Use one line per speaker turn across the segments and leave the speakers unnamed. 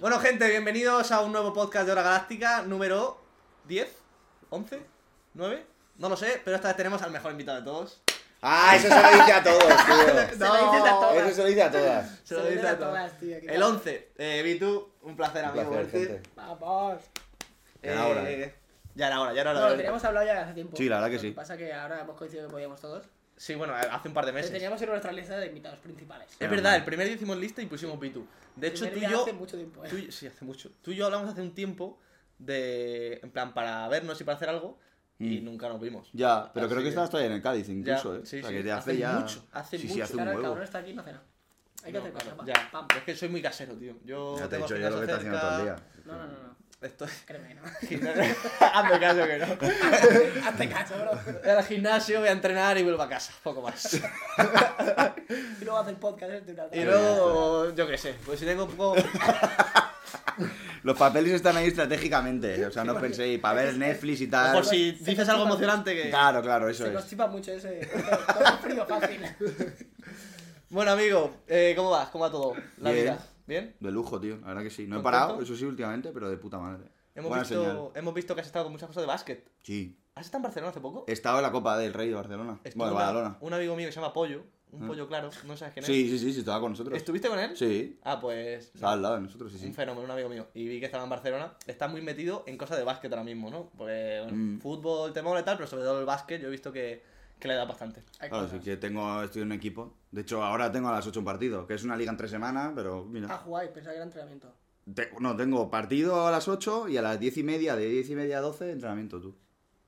Bueno, gente, bienvenidos a un nuevo podcast de Hora Galáctica número 10, 11, 9, no lo sé, pero esta vez tenemos al mejor invitado de todos.
Ah, eso se lo dice a todos,
Se
tío.
lo dices a todas.
Eso se lo dice a todas.
Se lo dice a todos.
tío. qué
El
tal.
11, eh, Vitu, un placer,
Un
amigo,
placer,
verte.
gente.
Vamos.
Ya era hora,
Eh, Ya era hora, ya era hora.
No,
de
lo
ver-
teníamos hablado ya hace tiempo.
Sí, la verdad que
Lo
sí.
pasa que ahora hemos coincidido que podíamos todos.
Sí, bueno, eh, hace un par de
Pero
meses.
teníamos en nuestra lista de invitados principales.
Es verdad, el primer día hicimos lista y pusimos Vitu. De hecho,
Primer
tú y
día
yo.
Hace mucho tiempo, eh.
tú y- sí, hace mucho. Tú y yo hablamos hace un tiempo de. En plan, para vernos y para hacer algo. Y
Mm.
nunca nos vimos.
Ya, pero
Así
creo que
que-
estabas todavía en el Cádiz incluso,
Ya,
¿eh?
sí,
O sea,
sí,
que te
hace
hace ya...
mucho, hace
sí, Sí,
mucho.
hace un
Claro, el
huevo.
cabrón está aquí y no hace nada. Hay que
No,
hacer cosas.
claro,
va.
ya.
Pam.
Es que soy muy casero, tío. Yo
Ya te he
tengo
dicho yo
gimnasio
lo que está haciendo todo el
cerca,
día.
No, no, no, no.
Estoy.
Créeme que no.
Hazme caso que no.
Hazte caso, bro.
Voy al gimnasio, voy a entrenar y vuelvo a casa. Poco más.
Y luego hace el podcast. ¿eh? De una
Y luego, yo qué sé. Pues si tengo un poco.
Los papeles están ahí estratégicamente, o sea, no penséis, para ver Netflix y tal.
Por si
Se
dices algo
constipa.
emocionante que.
Claro, claro, eso
Se nos
es.
chipa mucho ese. Todo frío fácil.
Bueno, amigo, eh, ¿cómo vas? ¿Cómo va todo? La
Bien.
vida. ¿Bien?
De lujo, tío, la verdad que sí. No he
¿Contento?
parado, eso sí, últimamente, pero de puta madre.
Hemos
Buena
visto,
señal.
hemos visto que has estado con muchas cosas de básquet.
Sí.
¿Has estado en Barcelona hace poco?
He estado en la Copa del Rey de Barcelona.
Estuvo
Eh, Bueno,
una-
Badalona.
Un amigo mío que se llama Pollo, un
Ah.
pollo claro, no sabes quién es.
Sí, sí, sí, sí, estaba con nosotros.
¿Estuviste con él?
Sí,
Ah, pues.
estaba al lado de nosotros, sí,
Un
sí.
fenómeno, un amigo mío. Y vi que estaba en Barcelona. Está muy metido en cosas de básquet ahora mismo, ¿no? Porque bueno,
Mm.
fútbol te mola y tal, pero sobre todo el básquet yo he visto que, que le da bastante.
Hay
Claro,
cosas.
sí que tengo, estoy en un equipo. De hecho, ahora tengo a las 8 un partido, que es una liga en tres semanas, pero
Ah,
mira.
jugáis, pensaba que era entrenamiento.
Te- no, tengo partido a las 8 y a las 10 y media, de 10 y media a 12, entrenamiento tú.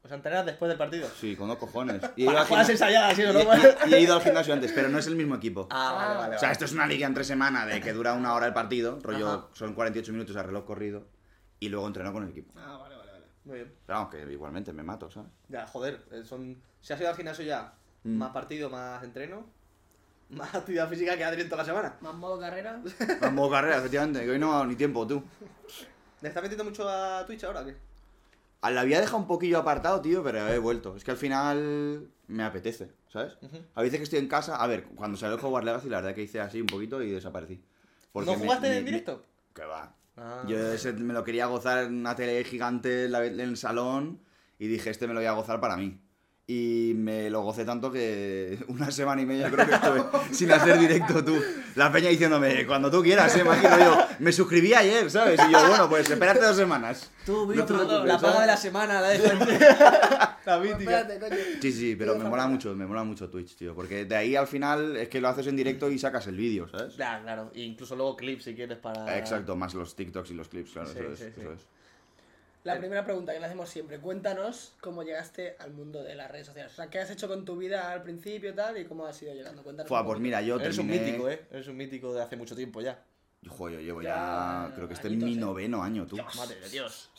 O sea, entrenas después del partido.
Sí, con dos cojones. Y he, ido
Para
al Ah,
jugar
gimna-
ensayadas, ¿sí o no?
y- y he ido al gimnasio antes, pero no es el mismo equipo.
Ah, vale,
Ah.
vale.
O
vale.
sea, esto es una liga en tres semanas de que dura una hora el partido, rollo,
Ajá.
son 48 minutos a reloj corrido, y luego entreno con el equipo.
Ah, vale, vale, vale.
Muy bien.
Pero vamos, que igualmente me mato, ¿sabes?
Ya, joder, eh, son... Si has ido al gimnasio ya,
Mm.
más partido, más entreno, más actividad física que Adrián toda la semana.
Más modo carrera.
Vamos, carrera, efectivamente, que hoy no me ha dado ni tiempo, tú.
¿Le estás metiendo mucho a Twitch ahora o qué?
Ah, La había dejado un poquillo apartado, tío, pero he vuelto. Es que al final me apetece, ¿sabes?
Ujú.
A veces que estoy en casa, a ver, cuando salió el Hogwarts Legacy, la verdad que hice así un poquito y desaparecí.
¿No
me-
jugaste
me-
en
me-
directo?
Que va.
Ah.
Yo ese me lo quería gozar en una tele gigante en, la- en el salón y dije, este me lo voy a gozar para mí. Y me lo gocé tanto que una semana y media creo que estuve sin hacer directo tú. La peña diciéndome, cuando tú quieras, ¿eh? imagino yo. Me suscribí ayer, ¿sabes? Y yo, bueno, pues espérate dos semanas.
Tú,
No
Vito,
te preocupes,
la paga
¿sabes?
de la semana, la de La mítica.
Espérate, coño.
Sí, sí, pero me mola mucho, me mola mucho Twitch, tío. Porque de ahí al final es que lo haces en directo y sacas el vídeo, ¿sabes?
Ya, claro. E incluso luego clips si quieres para...
Exacto, más los TikToks y los clips, claro,
Ah. Sí,
eso es,
sí, sí.
eso es.
La primera pregunta que le hacemos siempre, cuéntanos cómo llegaste al mundo de las redes sociales. O sea, ¿qué has hecho con tu vida al principio tal y cómo has ido llegando? Cuéntanos.
Fua,
un
pues
poquito.
mira, yo
Eres un
terminé-
mítico, ¿eh? Eres un mítico de hace mucho tiempo ya.
Joder, yo llevo
Ya,
ya, creo que este es
añitos,
mi
¿eh?
noveno año, tú.
Madre de Dios.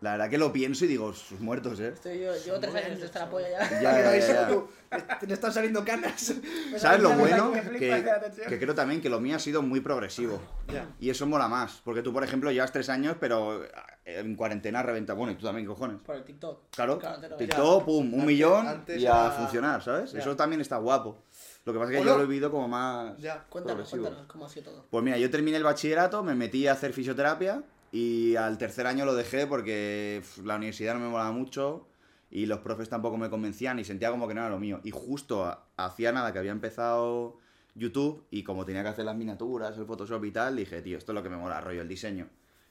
La verdad que lo pienso y digo, sus muertos, ¿eh?
Estoy yo, llevo tres
nueve
años de
años,
estar
chaval.
la polla ya.
Ya, ya, ya, ya.
Le están saliendo canas.
Pues
¿Sabes lo
ahorita me
bueno?
da- me flipa
Que,
hacer atención.
que creo también que lo mío ha sido muy progresivo.
Ya.
Y eso mola más. Porque tú, por ejemplo, llevas tres años, pero en cuarentena reventa. Bueno, y tú también, ¿qué cojones.
Por el TikTok.
Claro,
Claro, te lo
TikTok, pum, un
Antes-
millón
antes
y a
era-
funcionar, ¿sabes?
Ya.
Eso también está guapo. Lo que pasa es que
¿O
yo
no?
lo he vivido como más.
Ya.
Cuéntanos,
progresivo.
cuéntanos cómo ha sido todo.
Pues mira, yo terminé el bachillerato, me metí a hacer fisioterapia y al tercer año lo dejé porque pf, la universidad no me molaba mucho y los profes tampoco me convencían y sentía como que no era lo mío. Y justo a- hacía nada que había empezado YouTube y como tenía que hacer las miniaturas, el Photoshop y tal, dije, tío, esto es lo que me mola, rollo, el diseño.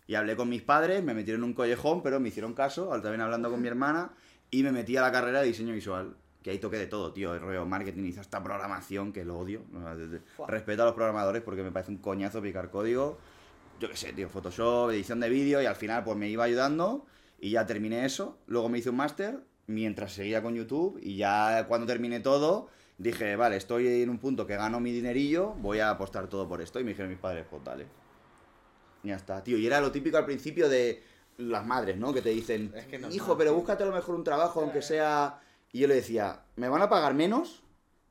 Y hablé con mis padres, me metieron en un collejón, pero me hicieron caso, ahora también hablando con mi hermana, y me metí a la carrera de diseño visual, que ahí toqué de todo, tío, el rollo marketing y hasta programación, que lo odio. O sea, de- de-
Fua.
Respeto a los programadores porque me parece un coñazo picar código. Yo qué sé, tío, Photoshop, edición de vídeo, y al final pues me iba ayudando y ya terminé eso. Luego me hice un máster mientras seguía con YouTube y ya cuando terminé todo dije, vale, estoy en un punto que gano mi dinerillo, voy a apostar todo por esto. Y me dijeron mis padres, pues dale. Y ya está, tío. Y era lo típico al principio de las madres, ¿no? Que te dicen,
Es que normal,
hijo, pero búscate a lo mejor un trabajo,
Eh.
aunque sea... Y yo le decía, me van a pagar menos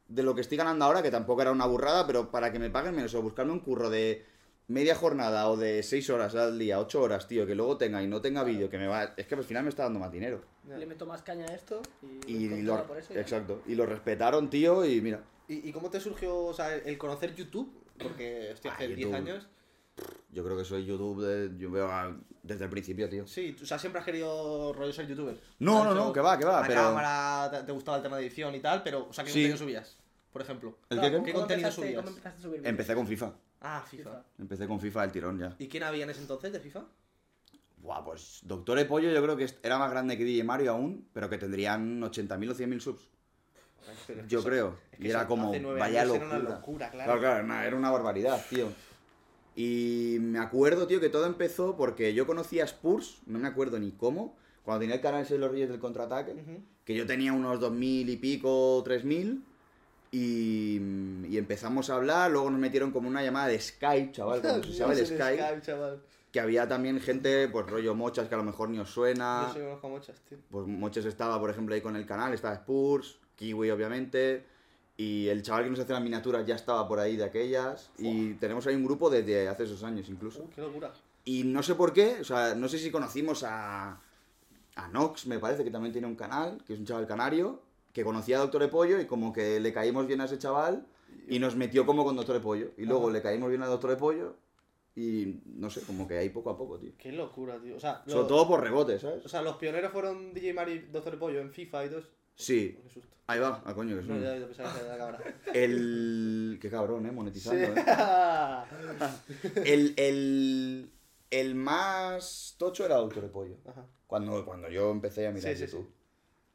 de lo que estoy ganando ahora, que tampoco era una burrada, pero para que me paguen menos, o buscarme un curro de media jornada o de 6 horas al día, 8 horas, tío, que luego tenga y no tenga vídeo, que me va... Es que al final me está dando más dinero.
Le meto más caña a esto y,
Y,
voy con
lo...
todo por eso ya.
Exacto. Y lo respetaron, tío, y mira.
¿Y, y cómo te surgió o sea, el conocer YouTube? Porque, hostia,
Ah,
hace 10
YouTube.
años.
Yo creo que soy YouTube, de- yo veo a- desde el principio, tío.
Sí, tú- o sea, siempre has querido rollo ser youtuber.
No,
Has
no,
hecho
no, que va, que va,
la
pero-
cámara, te- te gustaba el tema de edición y tal, pero, o sea, ¿qué
Sí.
contenido subías? Por ejemplo.
¿El
Claro,
qué,
¿cómo-
qué?
cómo
contenido
empezaste-
subías?
¿Cómo empezaste a subir vídeos?
Empecé con FIFA.
Ah, FIFA.
Empecé con FIFA del tirón ya.
¿Y quién había en ese entonces de FIFA?
Buah, pues Doctor E Pollo yo creo que era más grande que DJ Mario aún, pero que tendrían 80.000 o 100.000 subs.
Pero es que
Yo
eso-
creo.
es que
Y era
eso
como,
hace nueve
vaya
años
locura.
era una locura, claro.
Claro, claro, na- era una barbaridad, tío. Y me acuerdo, tío, que todo empezó porque yo conocía a Spurs, no me acuerdo ni cómo, cuando tenía el canal 6 Los Reyes del Contraataque,
Ujú.
que yo tenía unos 2.000 y pico, 3.000, y, mm, y empezamos a hablar, luego nos metieron como una llamada de Skype, chaval, cuando se usaba el
Dios, el
Skype,
Skype, chaval.
que había también gente, pues rollo mochas que a lo mejor ni os suena
Yo soy conozco muchas, tío.
pues Moches estaba, por ejemplo, ahí con el canal, estaba Spurs, Kiwi, obviamente, y el chaval que nos hace las miniaturas ya estaba por ahí de aquellas, y tenemos ahí un grupo desde hace esos años incluso.
Uh, qué locura.
Y no sé por qué, o sea, no sé si conocimos a, a Nox, me parece, que también tiene un canal, que es un chaval canario, que conocía a Doctor de Pollo y como que le caímos bien a ese chaval y nos metió como con Doctor de Pollo. Y luego
Ajá.
le caímos bien a Doctor de Pollo y no sé, como que ahí poco a poco, tío.
Qué locura, tío. O sea,
Sobre
lo-
todo por rebotes, ¿sabes?
o sea, los pioneros fueron DJ Mario y Doctor Pollo en FIFA y todo eso.
Sí.
Qué susto.
Ahí va, a coño que
No,
suena.
ya, ya pensaba que era la cámara.
El. Qué cabrón, ¿eh? Monetizando, ¿eh?
Sí.
El, el. El más tocho era Doctor de Pollo.
Ajá.
Cuando, cuando yo empecé a mirar
Sí, sí,
YouTube.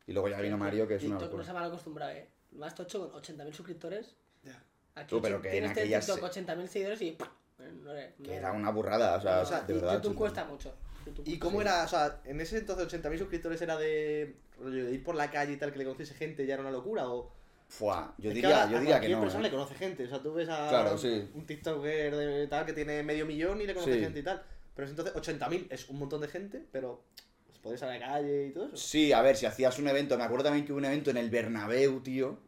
Y luego ya vino Mario, que es una
TikTok no se
locura.
me han acostumbrado, eh. Más tocho con 80.000 suscriptores.
Ya.
Aquí
Tú, pero
ocho-
que en
tienes este
aquellas
TikTok
se-
80.000 seguidores y. ¡pum! Eh, No eres-
Que era una burrada, o sea,
O sea,
de
Y
verdad.
YouTube
chungo.
cuesta mucho. YouTube
¿Y
cuesta
cómo
mucho.
era? O sea, en ese entonces 80.000 suscriptores era de, rollo, de ir por la calle y tal, que le conociese gente, ya era una locura. O...
Fuá, yo
Es que
diría,
ahora
yo
a
diría que
cualquier
no.
persona
¿eh?
le conoce gente. O sea, tú ves a
Claro,
un,
sí.
un TikToker de tal que tiene medio millón y le conoce
Sí.
gente y tal. Pero es entonces 80.000 es un montón de gente, pero pues, podés ir a la calle y todo eso.
Sí, a ver, si hacías un evento. Me acuerdo también que hubo un evento en el Bernabéu, tío.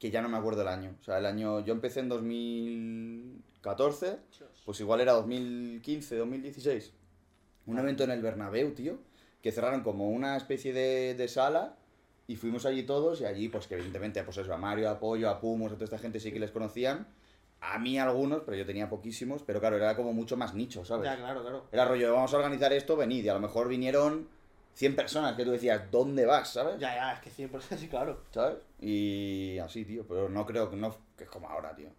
Que ya no me acuerdo el año. O sea, el año. Yo empecé en 2014.
Muchos.
Pues igual era 2015, 2016. Un evento en el Bernabéu, tío, que cerraron como una especie de, de sala y fuimos allí todos y allí, pues que evidentemente, pues eso, a Mario, a Pollo, a Pumos, a toda esta gente sí que les conocían. A mí algunos, pero yo tenía poquísimos, pero claro, era como mucho más nicho, ¿sabes?
Ya, claro, claro.
Era rollo, de, vamos a organizar esto, venid. Y a lo mejor vinieron 100 personas que tú decías, ¿dónde vas? ¿Sabes?
Ya, ya, es que 100% sí, claro.
¿Sabes? Y así, tío, pero no creo que no, que es como ahora, tío.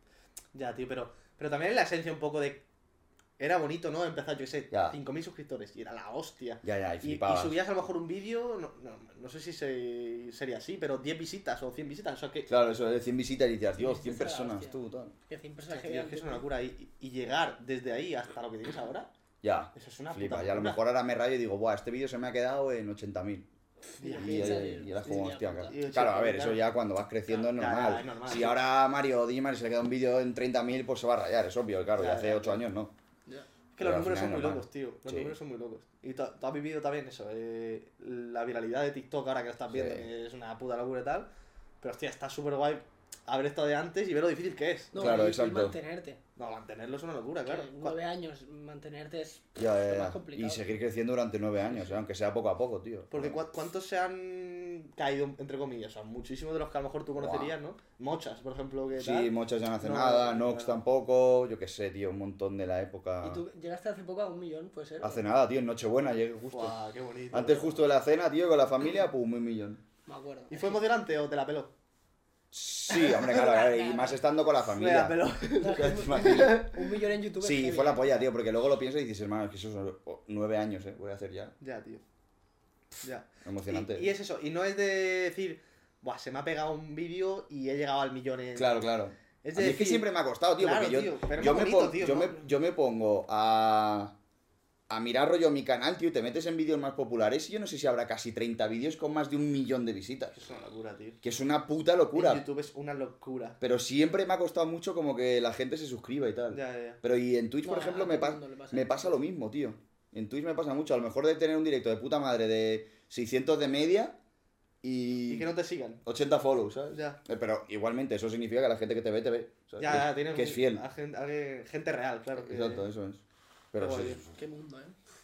Ya, tío, pero, pero también es la esencia un poco de... Era bonito, ¿no? Empezar, yo qué sé,
Ya.
5.000 suscriptores y era la hostia.
Ya, ya, y
Y, y
flipabas.
subías a lo mejor un vídeo, no, no, no sé si se- sería así, pero 10 visitas o 100 visitas. O sea que,
Claro, eso de 100 visitas y decías, Dios, 100
Esa era la
personas,
hostia.
tú, tal.
Que cien
hostia,
personas
tío,
que
es que es
vean
una locura. Y, y llegar desde ahí hasta lo que tienes ahora,
Ya.
eso es una
Flipa,
puta
y a lo
locura.
mejor ahora me rayo y digo, Buah, este vídeo se me ha quedado en 80.000.
Ya,
Y, y,
Sí,
y era como,
sí,
hostia,
puta.
claro.
Y
Claro, a
80.000,
ver, eso
claro.
ya cuando vas creciendo es
Ya, ya,
normal.
es normal,
Si
sí.
ahora a Mario o Digimon se le queda un vídeo en 30.000, pues se va a rayar, es obvio, claro,
Ya,
y hace
ya,
8
ya.
años no.
Ya.
Es que los
Pero al
números
final
son muy
normal.
locos, tío. Los
Sí.
números son muy locos. Y tú, tú has vivido también eso, eh, la viralidad de TikTok ahora que lo estás viendo,
Sí.
que es una puta locura y tal. Pero hostia, está súper guay haber estado de antes y ver lo difícil que es.
No,
Claro,
y- y
exacto.
mantenerte.
No, mantenerlo es una locura, claro.
Que Nueve años, mantenerte es.
Ya, ya,
lo
ya.
más complicado.
Y seguir creciendo durante 9 años, ¿eh? aunque sea poco a poco, tío.
Porque cua- ¿cuántos se han caído, entre comillas? O sea, muchísimos de los que a lo mejor tú
Buah.
conocerías, ¿no? Mochas, por ejemplo, que
Sí,
tal.
Mochas ya no hace
No,
nada,
no,
Nox
no.
tampoco, yo qué sé, tío, un montón de la época.
Y tú llegaste hace poco a un millón, puede ser.
Hace nada, tío, en Nochebuena llegué justo.
Buah, qué bonito.
Antes justo de la cena, tío, con la familia, pum, un millón.
Me acuerdo.
¿Y fue emocionante o te la peló?
Sí, hombre, claro, claro, y más estando con la
Me la
familia.
peló.
un millón en YouTube. es
Sí,
heavy,
fue la
¿eh?
polla, tío, porque luego lo piensas y dices, hermano, es que eso son oh, nueve años, ¿eh? Voy a hacer ya.
ya, tío. Ya.
Emocionante.
Y, y es eso, y no es de decir, Buah, se me ha pegado un vídeo y he llegado al millón en...
Claro, claro.
Es
A mí es que
decir-
siempre me ha costado, tío,
Claro,
porque yo,
tío, pero
yo,
es
me
bonito,
pon-
tío,
yo,
¿no?
me, yo me pongo a, a mirar rollo mi canal, tío, y te metes en vídeos más populares y yo no sé si habrá casi 30 vídeos con más de un millón de visitas.
Es una locura, tío.
Que es una puta
En
locura.
YouTube es una locura.
Pero siempre me ha costado mucho como que la gente se suscriba y tal.
Ya, ya, ya.
Pero y en Twitch, por
No,
ejemplo,
a
me,
todo
pa-
el mundo le pasa.
me pasa lo mismo, tío. En Twitch me pasa mucho. A lo mejor de tener un directo de puta madre de 600 de media y,
Y que no te sigan.
80 follows, ¿sabes?
Ya.
Eh, Pero igualmente, eso significa que la gente que te ve, te ve. ¿sabes?
Ya,
que,
ya, tienes
que es
un-
fiel.
a gen- a gen- gente real, claro. que-
Exacto, eso es. Pero
Joder,
sí,
Qué mundo, eh.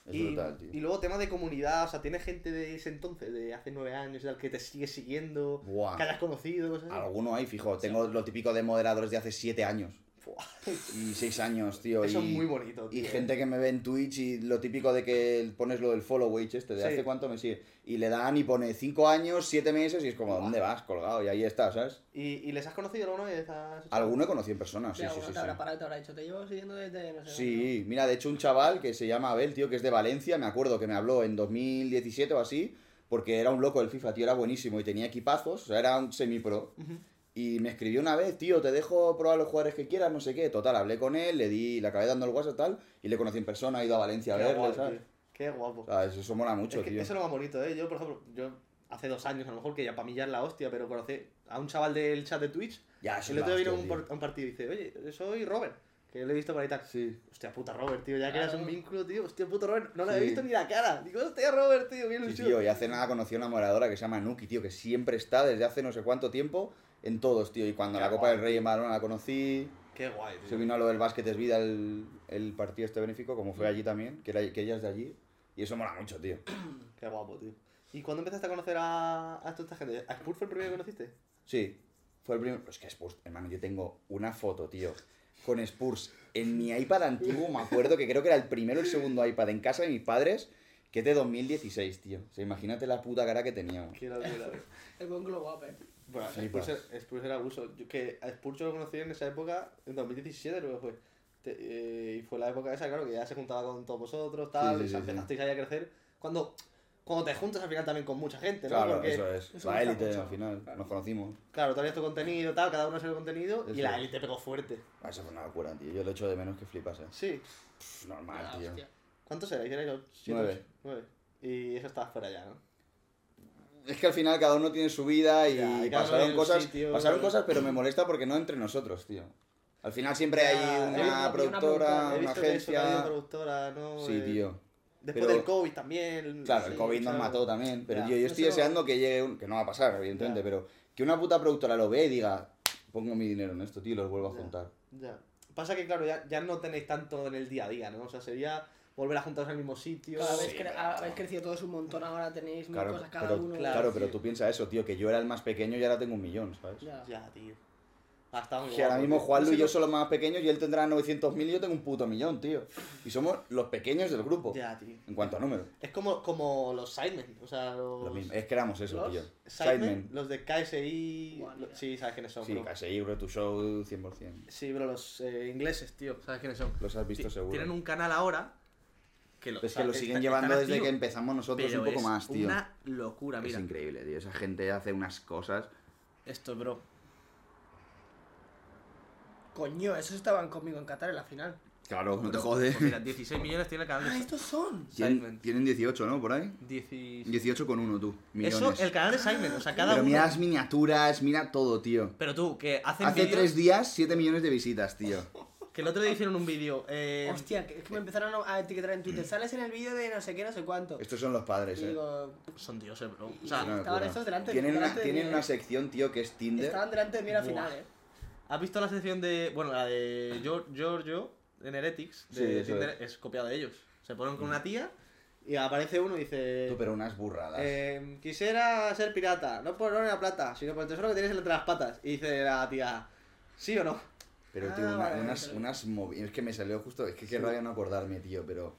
es
y,
brutal, tío.
y luego tema de comunidad, o sea, tienes gente de ese entonces, de hace nueve años, y tal, que te sigue siguiendo,
Buah.
que hayas conocido, cosas así.
Alguno hay, fijo. Tengo lo típico de moderadores de hace 7 años. Y seis años, tío.
Eso
y,
es muy bonito,
Y
tío.
gente que me ve en Twitch y lo típico de que pones lo del follow, wage este, de
Sí.
hace cuánto me sigue. Y le dan y pone cinco años, siete meses y es como, ¿a dónde vas? Colgado. Y ahí está, ¿sabes?
¿Y, y les has conocido alguna vez? ¿Has hecho-
Alguno he conocido en persona, sí,
Mira,
sí,
uno
sí.
te habrá
sí.
parado y te habrá dicho, te llevo siguiendo desde no sé
Sí, mira, de hecho un chaval que se llama Abel, tío, que es de Valencia, me acuerdo que me habló en 2017 o así, porque era un loco del FIFA, tío, era buenísimo y tenía equipazos, o sea, era un semi-pro.
Ujú.
Y me escribió una vez, tío, te dejo probar los jugadores que quieras, no sé qué. Total, hablé con él, le di, le acabé dando el WhatsApp tal, y le conocí en persona, he ido a Valencia a
Qué
verle,
guapo,
¿sabes?
tío. Qué guapo.
O sea, Ah, eso, eso mola
Es
mucho,
que
tío.
eso es lo más bonito, ¿eh? Yo, por ejemplo, yo hace dos años a lo mejor, que ya para mí ya es la hostia, pero conocí a un chaval del chat de Twitch.
Ya, eso
el
Ah,
otro
es la
día vino a
hostia,
un,
tío.
por- a un partido y dice, oye, soy Robert, que lo he visto por ahí tal.
Sí.
Hostia puta Robert, tío, ya que eras
Claro.
un vínculo, tío. Hostia puta Robert, no le había
Sí.
visto ni la cara. Digo, hostia Robert, tío, bien
Sí,
ilusión.
tío, y hace nada conocí a una moradora que se llama Nuki, tío, que siempre está desde hace no sé cuánto tiempo en todos, tío. Y cuando
Qué
la Copa
guay,
del Rey en Barcelona la conocí,
Qué guay, tío.
se vino a lo del básquet es vida el, el partido este benéfico, como fue allí también, que, era- que ella es de allí. Y eso mola mucho, tío.
Qué guapo, tío. ¿Y cuándo empezaste a conocer a, a toda esta gente? ¿A Spurs fue el primero que conociste?
Sí, fue el primer. Es que Spurs, hermano, yo tengo una foto, tío, con Spurs en mi iPad antiguo. Me acuerdo que creo que era el primero o el segundo iPad en casa de mis padres, que es de 2016, tío. O sea, imagínate la puta cara que teníamos.
Qué locura, tío.
El buen glow up, eh.
Bueno,
Flipas.
Spurs, era- Spurs era abuso. Yo, que a Spurs yo lo conocí en esa época, en 2017 creo que fue. Te- eh, y fue la época esa, claro, que ya se juntaba con todos vosotros, tal,
Sí, sí,
y
sí, sí.
empezasteis ahí a crecer. Cuando, cuando te juntas al final también con mucha gente, ¿no?
Claro,
Porque,
eso es.
eso
la
gusta
élite,
mucho,
al final.
claro.
Nos conocimos.
claro, tú harías tu contenido, tal, cada uno hace su contenido, y
Eso
la
es.
élite pegó fuerte.
Ah, Eso fue una locura, tío. Yo lo echo de menos que flipas, eh.
Sí.
Pff, normal,
Ah,
tío.
hostia.
¿Cuántos erais? ¿Erais ocho? siete,
Nueve.
ocho? Nueve. Y eso estaba fuera ya, ¿no?
Es que al final cada uno tiene su vida y
Ya, y cada uno
pasaron
en un
cosas.
sitio,
pasaron
claro.
cosas, pero me molesta porque no entre nosotros, tío. Al final siempre
Ya, he
hay
visto-
una
había una
productora,
productora,
Ah, una,
He visto que eso, que ha habido
agencia.
productora, ¿no?
Sí,
Eh,
tío.
Después
Pero-
del COVID también.
Claro, el
sí,
COVID nos
claro.
mató también. Pero
Ya.
tío, yo estoy
Eso-
deseando que llegue un. Que no va a pasar, evidentemente,
Ya.
pero que una puta productora lo ve y diga, pongo mi dinero en esto, tío, y los vuelvo a
Ya.
juntar.
Ya. Pasa que, claro, ya, ya no tenéis tanto en el día a día, ¿no? O sea, sería volver a juntaros al mismo sitio.
Cada vez
Sí,
cre-
pero-
habéis crecido todos un montón, ahora tenéis mil
Claro,
cosas cada
pero,
uno.
claro,
Claro,
pero
sí.
tú piensas eso, tío, que yo era el más pequeño y ahora tengo un millón, ¿sabes?
Ya.
Ya, tío. Ha estado muy
Que ahora
guapo,
mismo
tío.
Juanlu
Sí,
y yo
no-
somos los más pequeños y él tendrá 900.000 y yo tengo un puto millón, tío. Y somos los pequeños del grupo,
Ya, tío.
en cuanto a número.
Es como, como los Sidemen, o sea, los.
Lo mismo, es que éramos eso,
¿Los?
tío.
Sidemen,
Sidemen.
los de KSI.
Guau,
lo-
mira.
sí, sabes quiénes son,
Sí,
bro.
casi Euro, tu show, 100%.
Sí, pero los eh, ingleses, tío, sabes quiénes son.
Los has visto
Ti-
seguro.
Tienen un canal ahora. Que lo,
Es
o sea,
que lo
está-
siguen
están
llevando desde
activos,
que empezamos nosotros
pero
un poco
es
más, tío.
Una
Ah,
locura, mira.
Es increíble, tío. Esa gente hace unas cosas.
Esto, bro.
Coño, esos estaban conmigo en Qatar en la final.
Claro, no te jodes.
Pues mira, 16 millones tiene el canal de
Ah, estos son.
Tienen,
Sidemen.
tienen 18, ¿no? Por ahí.
16.
18 con uno, tú. Millones.
Eso, el canal de Simon, o sea, cada
Pero
uno.
mira las miniaturas, mira todo, tío.
Pero tú, que hacen
Hace
vídeos-
tres días, 7 millones de visitas, tío.
Que el otro día hicieron un vídeo. eh,
Hostia, que, es que me empezaron a etiquetar en Twitter. Sales en el vídeo de no sé qué, no sé cuánto.
Estos son los padres,
Y
eh.
digo,
Son dioses, bro. O
Es una
sea,
Estaban
locura.
estos delante de mí,
tienen una,
delante de
tienen
mí,
una
eh.
sección, tío, que es Tinder.
estaban delante de mí en la
Buah.
final, eh.
¿has visto la sección de. Bueno, la de Gior- Giorgio en Heretics?
Sí,
De
eso Mm.
Tinder, es. copiada de ellos. Se ponen con una tía y aparece uno y dice.
Tú, pero unas burradas.
eh, quisiera ser pirata, no por oro ni la plata, sino por el tesoro que tienes entre las patas. Y dice la tía, ¿sí o no?
pero,
ah,
tío, una-
vale,
unas,
pero-
unas movi- Es que me salió justo. Es que qué
Sí.
rabia no acordarme, tío, pero.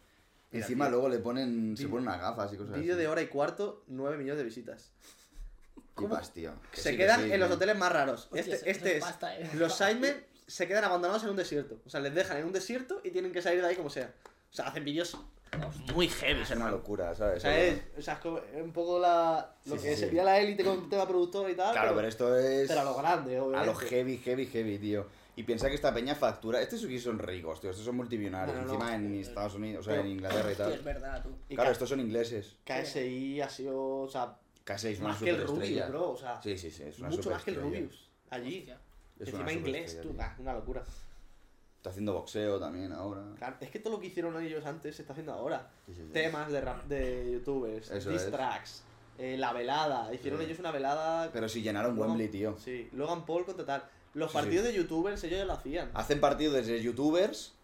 Mira,
Encima
tío.
luego le ponen. Se
Vídeo-
ponen unas gafas y cosas
Vídeo
así.
de hora y cuarto, 9 millones de visitas.
Flipas, tío. Que
se
sí, que
quedan
sí,
en los
que-
hoteles más raros.
Hostia, eso-
este
eso
este es.
pasta, eh.
Los Sidemen se quedan abandonados en un desierto. O sea, les dejan en un desierto y tienen que salir de ahí como sea. O sea, hacen vídeos muy heavy,
Es una
hermano.
locura,
O
¿sabes?
sea, es, o sea, es como un poco la, lo
Sí,
que
sí,
se
sí.
pide a la élite con tema productor y tal.
Claro, pero esto es.
pero a Ah, lo grande, obviamente.
A lo heavy, heavy, heavy, tío. Y piensa que esta peña factura. Estos sí que son ricos, tío. Estos son multimillonarios.
No, no,
Encima
no.
en Estados Unidos, o sea,
Pero-
en Inglaterra y
Hostia, es
tal.
verdad, tú.
Y
Claro,
K-
estos son ingleses.
KSI ha sido, o sea,
Casi es una
más que el
superestrella.
Rubius, bro. O sea,
Sí, sí, sí. Es una
mucho más que el
superestrella.
Rubius. Allí.
Hostia.
Es una
Encima inglés,
superestrella,
tú.
tío.
ah, una locura.
Está haciendo boxeo también ahora.
Claro, es que todo lo que hicieron ellos antes se está haciendo ahora.
Sí, sí, sí.
Temas de, rap- de youtubers,
Eso
diss
es.
tracks, eh, la velada. Hicieron
Sí.
ellos una velada.
Pero si llenaron
Logan-
Wembley, tío.
Sí, Logan Paul contra tal. Los
Sí, Ah.
partidos de youtubers ellos ya lo hacían.
Hacen partidos desde youtubers.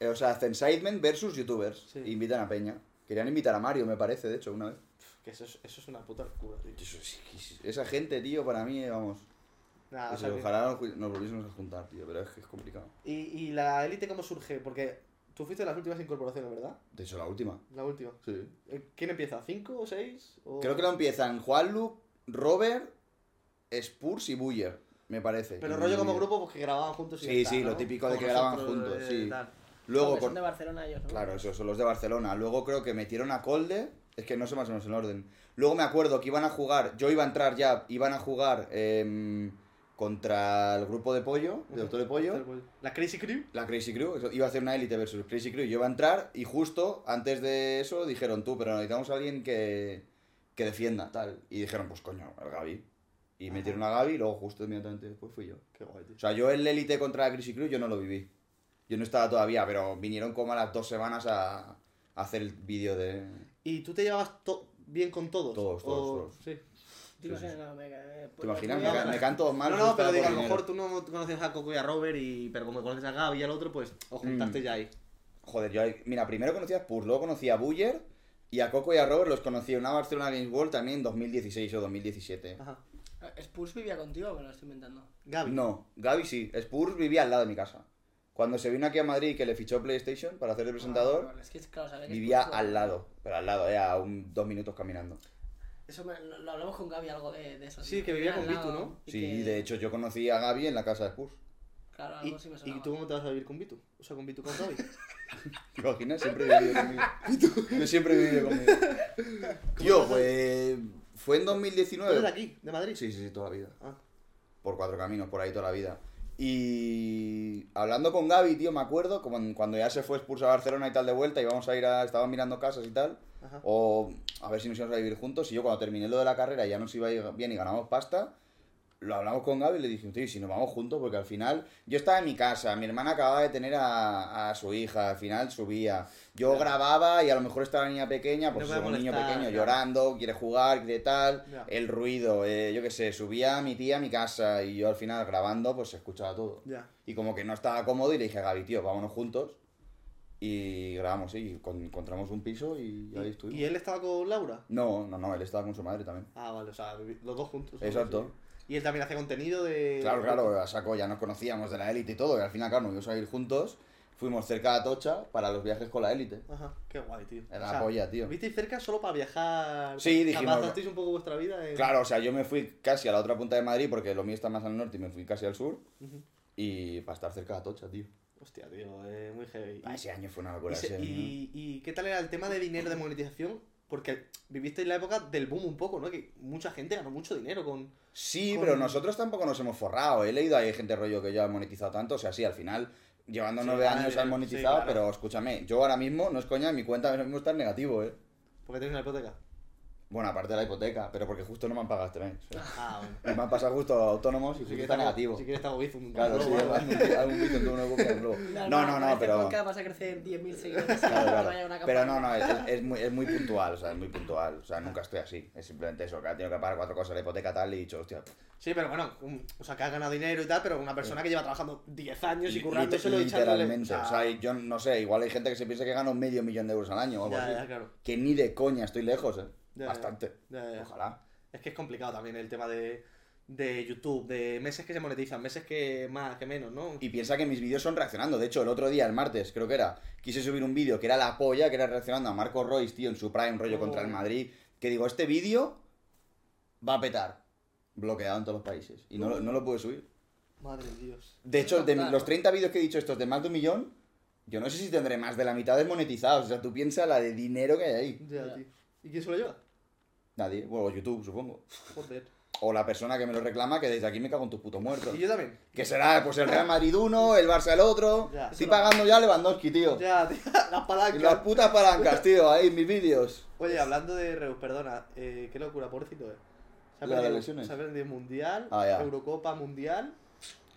eh, o sea, hacen sidemen versus youtubers.
Sí.
E invitan a Peña. Querían invitar a Mario, me parece, de hecho, una vez.
Que eso es, eso es una puta locura, tío.
Eso sí que es- Esa gente, tío, para mí, vamos.
Nada, o
Eso,
sea que-
ojalá nos, nos volviésemos a juntar, tío, pero es que es complicado.
¿Y, y la élite cómo surge? Porque tú fuiste de las últimas incorporaciones, ¿verdad?
De hecho, la última.
La última.
Sí.
Eh, ¿Quién empieza? ¿Cinco o seis? O...
Creo que lo empiezan Juanlu, Robert, Spurs y Buller, me parece.
Pero
Y-
rollo como grupo, pues que grababan juntos y
Sí,
ya está,
sí, lo
¿no?
típico de
Como
que graban
nosotros,
juntos,
eh,
sí.
tal.
Luego,
Porque son
con-
de Barcelona ellos, ¿no?
Claro, esos son los de Barcelona. Luego creo que metieron a Colde. Es que no sé más o menos el orden. Luego me acuerdo que iban a jugar. Yo iba a entrar ya. Iban a jugar em, contra el grupo de pollo. De Doctor de Pollo.
La Crazy Crew.
La Crazy Crew. eso, Iba a hacer una élite versus Crazy Crew. Yo iba a entrar y justo antes de eso dijeron tú, pero necesitamos a alguien que, que defienda, tal. Y dijeron, pues coño, al Gaby. Y metieron a Gaby y luego justo inmediatamente después fui yo.
Qué guay, tío.
O sea, yo el élite contra la Crazy Crew yo no lo viví. Yo no estaba todavía, pero vinieron como a las dos semanas a, a hacer el vídeo de...
¿Y tú te llevabas to- bien con todos?
Todos, todos, todos.
Sí.
Te imaginas, no, me ca- eh,
¿Te
pues,
imaginas?
no,
Me, ca-
no,
me caen todos mal.
no, no,
justo
pero
por
digo, a lo
dinero.
mejor tú no conoces a Coco y a Robert, y... pero como conoces a Gaby y al otro, pues os juntaste
Mm.
ya ahí.
Joder, yo... ahí- Mira, primero conocí a Spurs, luego conocí a Buller y a Coco y a Robert los conocí en una Barcelona Games World también en 2016 o 2017.
Ajá.
no. eh, ¿Spurs vivía contigo o me lo estoy inventando?
Gaby.
No, Gaby sí. Spurs vivía al lado de mi casa. Cuando se vino aquí a Madrid y que le fichó PlayStation para hacer de
Ah,
presentador,
vale, es que, claro, sabía que
vivía
Spurs-
al lado. Pero al lado, eh, a un, dos minutos caminando.
Eso me- lo, lo hablamos con Gaby algo de, de eso.
Sí,
tío,
que vivía
al
con Vitu,
lado
¿no?
y
Sí,
que-
de hecho yo conocí a Gaby en la casa de Spurs.
Claro,
¿Y,
algo sí me
y
sonaba.
tú cómo te vas a vivir con Vitu? O sea, con Vitu con Gaby.
¿Te imaginas? Siempre he vivido conmigo. Yo siempre he vivido conmigo. Tío, pues. Fue en
¿Tú eres de
2019.
aquí, de Madrid?
Sí, sí, sí, toda la vida.
Ah.
Por cuatro caminos, por ahí toda la vida. Y hablando con Gaby, tío, me acuerdo como cuando ya se fue expulsado a Barcelona y tal de vuelta, íbamos a ir a. Estaban mirando casas y tal.
Ajá.
O a ver si nos íbamos a vivir juntos. Y yo cuando terminé lo de la carrera y ya nos iba bien y ganamos pasta, lo hablamos con Gaby y le dije, tío, ¿y si nos vamos juntos, porque al final yo estaba en mi casa, mi hermana acababa de tener a, a su hija, al final subía. Yo
Ya.
grababa y a lo mejor estaba la niña pequeña, pues
No puede
un niño
molestar,
pequeño
ya.
llorando, quiere jugar, quiere tal,
Ya.
el ruido, eh, yo qué sé, subía mi tía a mi casa y yo al final grabando pues se escuchaba todo.
Ya.
Y como que no estaba cómodo y le dije a Gaby, tío, vámonos juntos. Y grabamos, sí, y con- encontramos un piso y ahí
¿Y,
estuvimos.
y él estaba con Laura?
No, no, no, él estaba con su madre también.
Ah, vale, o sea, vivi- los dos juntos.
Exacto.
Y él también hace contenido de.
Claro, claro, a saco ya nos conocíamos de la élite y todo, y al final, claro, nos íbamos a ir juntos. Fuimos cerca de Atocha para los viajes con la élite.
Ajá, qué guay, tío.
Era la polla, tío.
Visteis cerca solo para viajar.
Sí, dijimos-
Avanzasteis un poco vuestra vida. en-
Claro, o sea, yo me fui casi a la otra punta de Madrid porque lo mío está más al norte y me fui casi al sur.
Ujú.
Y para estar cerca de Atocha, tío.
Hostia, tío, eh, muy heavy.
Ah, ese año fue una
y,
locura.
se-
ese año.
y- y qué tal era el tema de dinero de monetización? Porque vivisteis la época del boom un poco, ¿no? Que mucha gente ganó mucho dinero con.
Sí,
con-
pero nosotros tampoco nos hemos forrado. He leído ahí gente rollo que ya ha monetizado tanto. O sea, sí, al final, llevando
Sí,
nueve
gana
años
dinero,
han
sí,
monetizado,
claro.
pero escúchame, yo ahora mismo, no es coña, mi cuenta ahora mismo está en negativo, ¿eh?
Porque tenéis una hipoteca.
Bueno, aparte de la hipoteca, pero porque justo no me han pagado este mes. o sea.
Ah, bueno.
Me han pasado justo autónomos
Si
y justo
quieres
está
estamos-
negativo.
Si quieres, estamos bizum.
Claro, sí,
Bueno,
algún vi- algún vídeo en todo nuevo que luego.
Mira,
No,
con-
no,
con
no,
este
pero.
podcast vas a crecer 10.000 seguidores.
Claro, claro.
Vaya una
Pero no,
campaña.
no, es, es muy, es muy puntual, o sea, es muy puntual. O sea, nunca estoy así. Es simplemente eso, que ha tenido que pagar cuatro cosas la hipoteca tal y he dicho, hostia.
Sí, pero bueno, un- o sea, que has ganado dinero y tal, pero una persona que lleva trabajando 10 años y
li-
currándoselo y echándole-
literalmente. O sea, yo no sé, igual hay gente que se piensa que gano medio millón de euros al año o algo
Ah, ya,
así.
ya, claro.
Que ni de coña estoy lejos, eh.
Ya, ya.
Bastante.
Ya, ya.
Ojalá.
Es que es complicado también el tema de, de YouTube, de meses que se monetizan, meses que más, que menos, ¿no?
Y piensa que mis vídeos son reaccionando. De hecho, el otro día, el martes, creo que era, quise subir un vídeo que era la polla, que era reaccionando a Marco Royce, tío, en su prime, rollo
Oh.
contra el Madrid. Que digo, este vídeo va a petar. Bloqueado en todos los países. Y no, lo- no lo pude subir.
Madre de Dios.
De hecho, de
Claro.
los 30 vídeos que he dicho, estos de más de un millón, yo no sé si tendré más de la mitad desmonetizados. O sea, tú piensa la de dinero que hay ahí.
Ya,
Ya.
tío. ¿Y quién se lo lleva?
Nadie. Bueno, YouTube, supongo.
Joder.
O la persona que me lo reclama, que desde aquí me cago en tus putos muertos.
Y yo también.
Que será, pues, el Real Madrid uno, el Barça el otro.
Ya.
Estoy pagando ya a Lewandowski, tío.
Ya, tío, las
Y Las
palancas.
putas palancas, tío, ahí mis vídeos.
Oye, hablando de Reus, perdona, eh, qué locura, pobrecito, eh. Se ha
La de
perdido-
lesiones.
Se ha perdido Mundial,
Ah, ya.
Eurocopa, Mundial.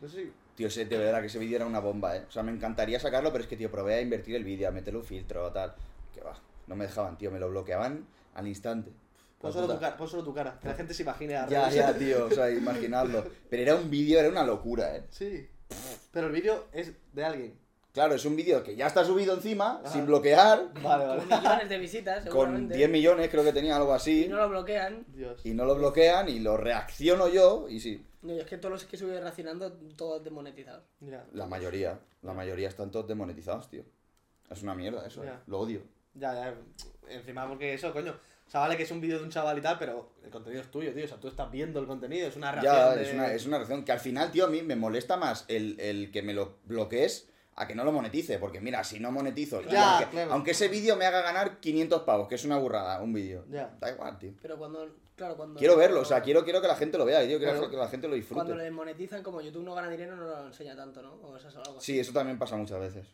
No sé si.
Tío, ese, de verdad que ese vídeo era una bomba, ¿eh? O sea, me encantaría sacarlo, pero es que, tío, probé a invertir el vídeo, a meterle un filtro o tal. Que va, no me dejaban, tío, me lo bloqueaban al instante.
Pon
La
solo,
Pues puta.
tu cara, pon solo tu cara, que la gente se imagine a
Ya,
Reus.
ya, tío, o sea, imaginarlo. Pero era un vídeo, era una locura, ¿eh?
Sí. Pero el vídeo es de alguien.
Claro, es un vídeo que ya está subido encima,
Ah.
sin bloquear,
Vale,
Con
vale.
millones de visitas,
con
seguramente.
10 millones creo que tenía algo así,
Y no lo bloquean.
Dios.
y no lo bloquean y lo reacciono yo y sí,
No, yo es que todos los que he subido racionando, todos desmonetizados.
Mira,
la mayoría, la mayoría están todos desmonetizados, tío. Es una mierda eso, eh.
Ya.
lo odio.
ya, ya. Encima, porque eso, coño. O sea, vale que es un vídeo de un chaval y tal, pero el contenido es tuyo, tío. O sea, tú estás viendo el contenido, es una reacción.
Ya,
de-
es una, es una reacción que al final, tío, a mí me molesta más el, el que me lo bloquees a que no lo monetice, porque mira, si no monetizo, y
Ya,
aunque,
claro.
aunque ese vídeo me haga ganar 500 pavos, que es una burrada, un vídeo.
Ya.
Da igual, tío.
Pero cuando. Claro, cuando.
Quiero verlo, o sea, quiero, quiero que la gente lo vea, y tío, quiero
Claro.
que la gente lo
Cuando lo
disfrute.
desmonetizan, como YouTube no gana dinero, no lo enseña tanto, ¿no? O eso es algo así.
Sí, eso también pasa muchas veces.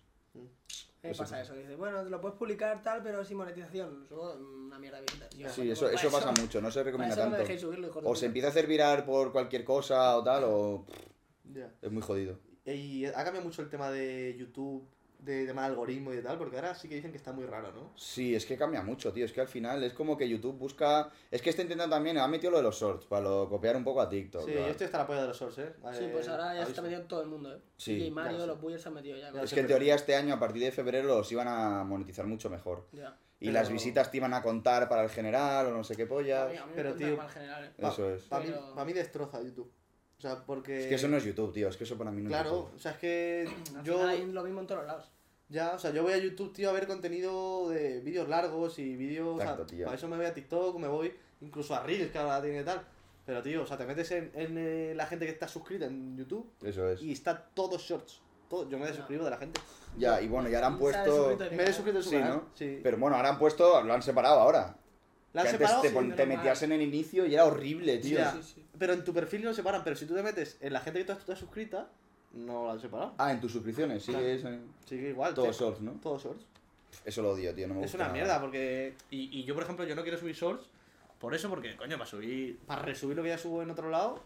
Eh,
pues
pasa eso. Dice, bueno, te lo puedes publicar tal, pero sin monetización. Luego, una mierda de visitas. Yo,
Sí,
bueno,
eso,
pues
eso
para
pasa mucho, no se
para
recomienda
eso no me
tanto.
dejéis subirlo, hijos de
O se
puta.
empieza a hacer virar por cualquier cosa o tal, o
Ya.
es muy jodido.
Y ha cambiado mucho el tema de YouTube, de tema de algoritmo y de tal, porque ahora sí que dicen que está muy raro, ¿no?
Sí, es que cambia mucho, tío. Es que al final es como que YouTube busca. Es que está intentando también. Ha metido lo de los shorts para lo- copiar un poco a TikTok.
Sí,
¿verdad?
yo estoy hasta la polla de los shorts, ¿eh?
Sí,
Eh,
pues ahora ya se
aviso.
está metiendo todo el mundo, ¿eh?
Sí,
Y
ya lo
Mario,
sé.
los Bullers se han metido ya. con-
Ya.
Es que en teoría este año, a partir de febrero, los iban a monetizar mucho mejor.
Ya.
Y
Pero-
las visitas te iban a contar para el general o no sé qué
A
pollas.
mí- a mí me
pero,
cuenta
tío,
mal general, ¿eh?
Pa-
Eso es.
Para mí,
Pero-
pa' mí destroza YouTube. O sea, porque.
Es que eso no es YouTube, tío. Es que eso para mí no es
Claro,
YouTube.
o sea, es que
Al
yo.
final hay lo mismo en todos lados.
Ya, o sea, yo voy a YouTube, tío, a ver contenido de vídeos largos y vídeos. o sea,
Exacto, tío.
para eso me voy a TikTok, me voy incluso a Reels, que ahora tiene tal. Pero, tío, o sea, te metes en, en, eh, la gente que está suscrita en YouTube
Eso es.
y está todo shorts. Todo, yo me
Ya.
desuscribo de la gente.
Ya, y bueno, ya ahora han
Se ha
puesto.
desuscrito.
Me he suscrito en su
Sí,
canal.
¿no?
Sí.
Pero bueno, ahora han puesto. Lo han separado ahora.
la han
Que antes
separado.
te,
sí,
pon-
menos
te
mal.
metías en el inicio y era horrible, tío.
Ya.
Sí, sí, sí.
Pero en tu perfil no lo separan. Pero si tú te metes en la gente que tú estás suscrita, no la han separado.
Ah, en tus suscripciones, sí.
Claro.
es en-
Sigue igual.
Todo
te-
shorts, ¿no?
Todo shorts.
Eso lo odio, tío. No me
Es
gusta
una
nada.
mierda porque... Y, y yo, por ejemplo, yo no quiero subir shorts por eso, porque, coño, para subir... Para resubir lo que ya subo en otro lado,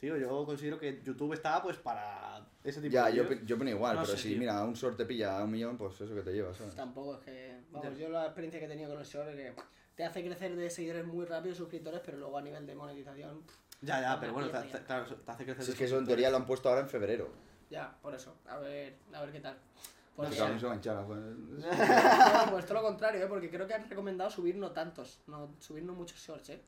tío, yo considero que YouTube está, pues, para ese tipo
Ya,
de
yo,
vídeos.
pi- yo opino igual,
No
pero
sé,
si
tío.
mira, un short te pilla un millón, pues eso que te llevas, ¿sabes?
Tampoco es que. Vamos,
Ya.
yo la experiencia que he tenido con los shorts es que te hace crecer de seguidores muy rápido, suscriptores, pero luego a nivel de monetización, pff,
Ya, ya, pero bueno,
Una
te-
mierda.
te- claro, te hace crecer...
Si es que eso en teoría lo han puesto ahora en febrero.
ya, por eso. A ver, a ver qué tal.
Pero
Porque-
cabrón, se van charas, pues.
No, pues todo lo contrario, ¿eh? porque creo que han recomendado subir no tantos, no, subir no muchos shorts, ¿eh?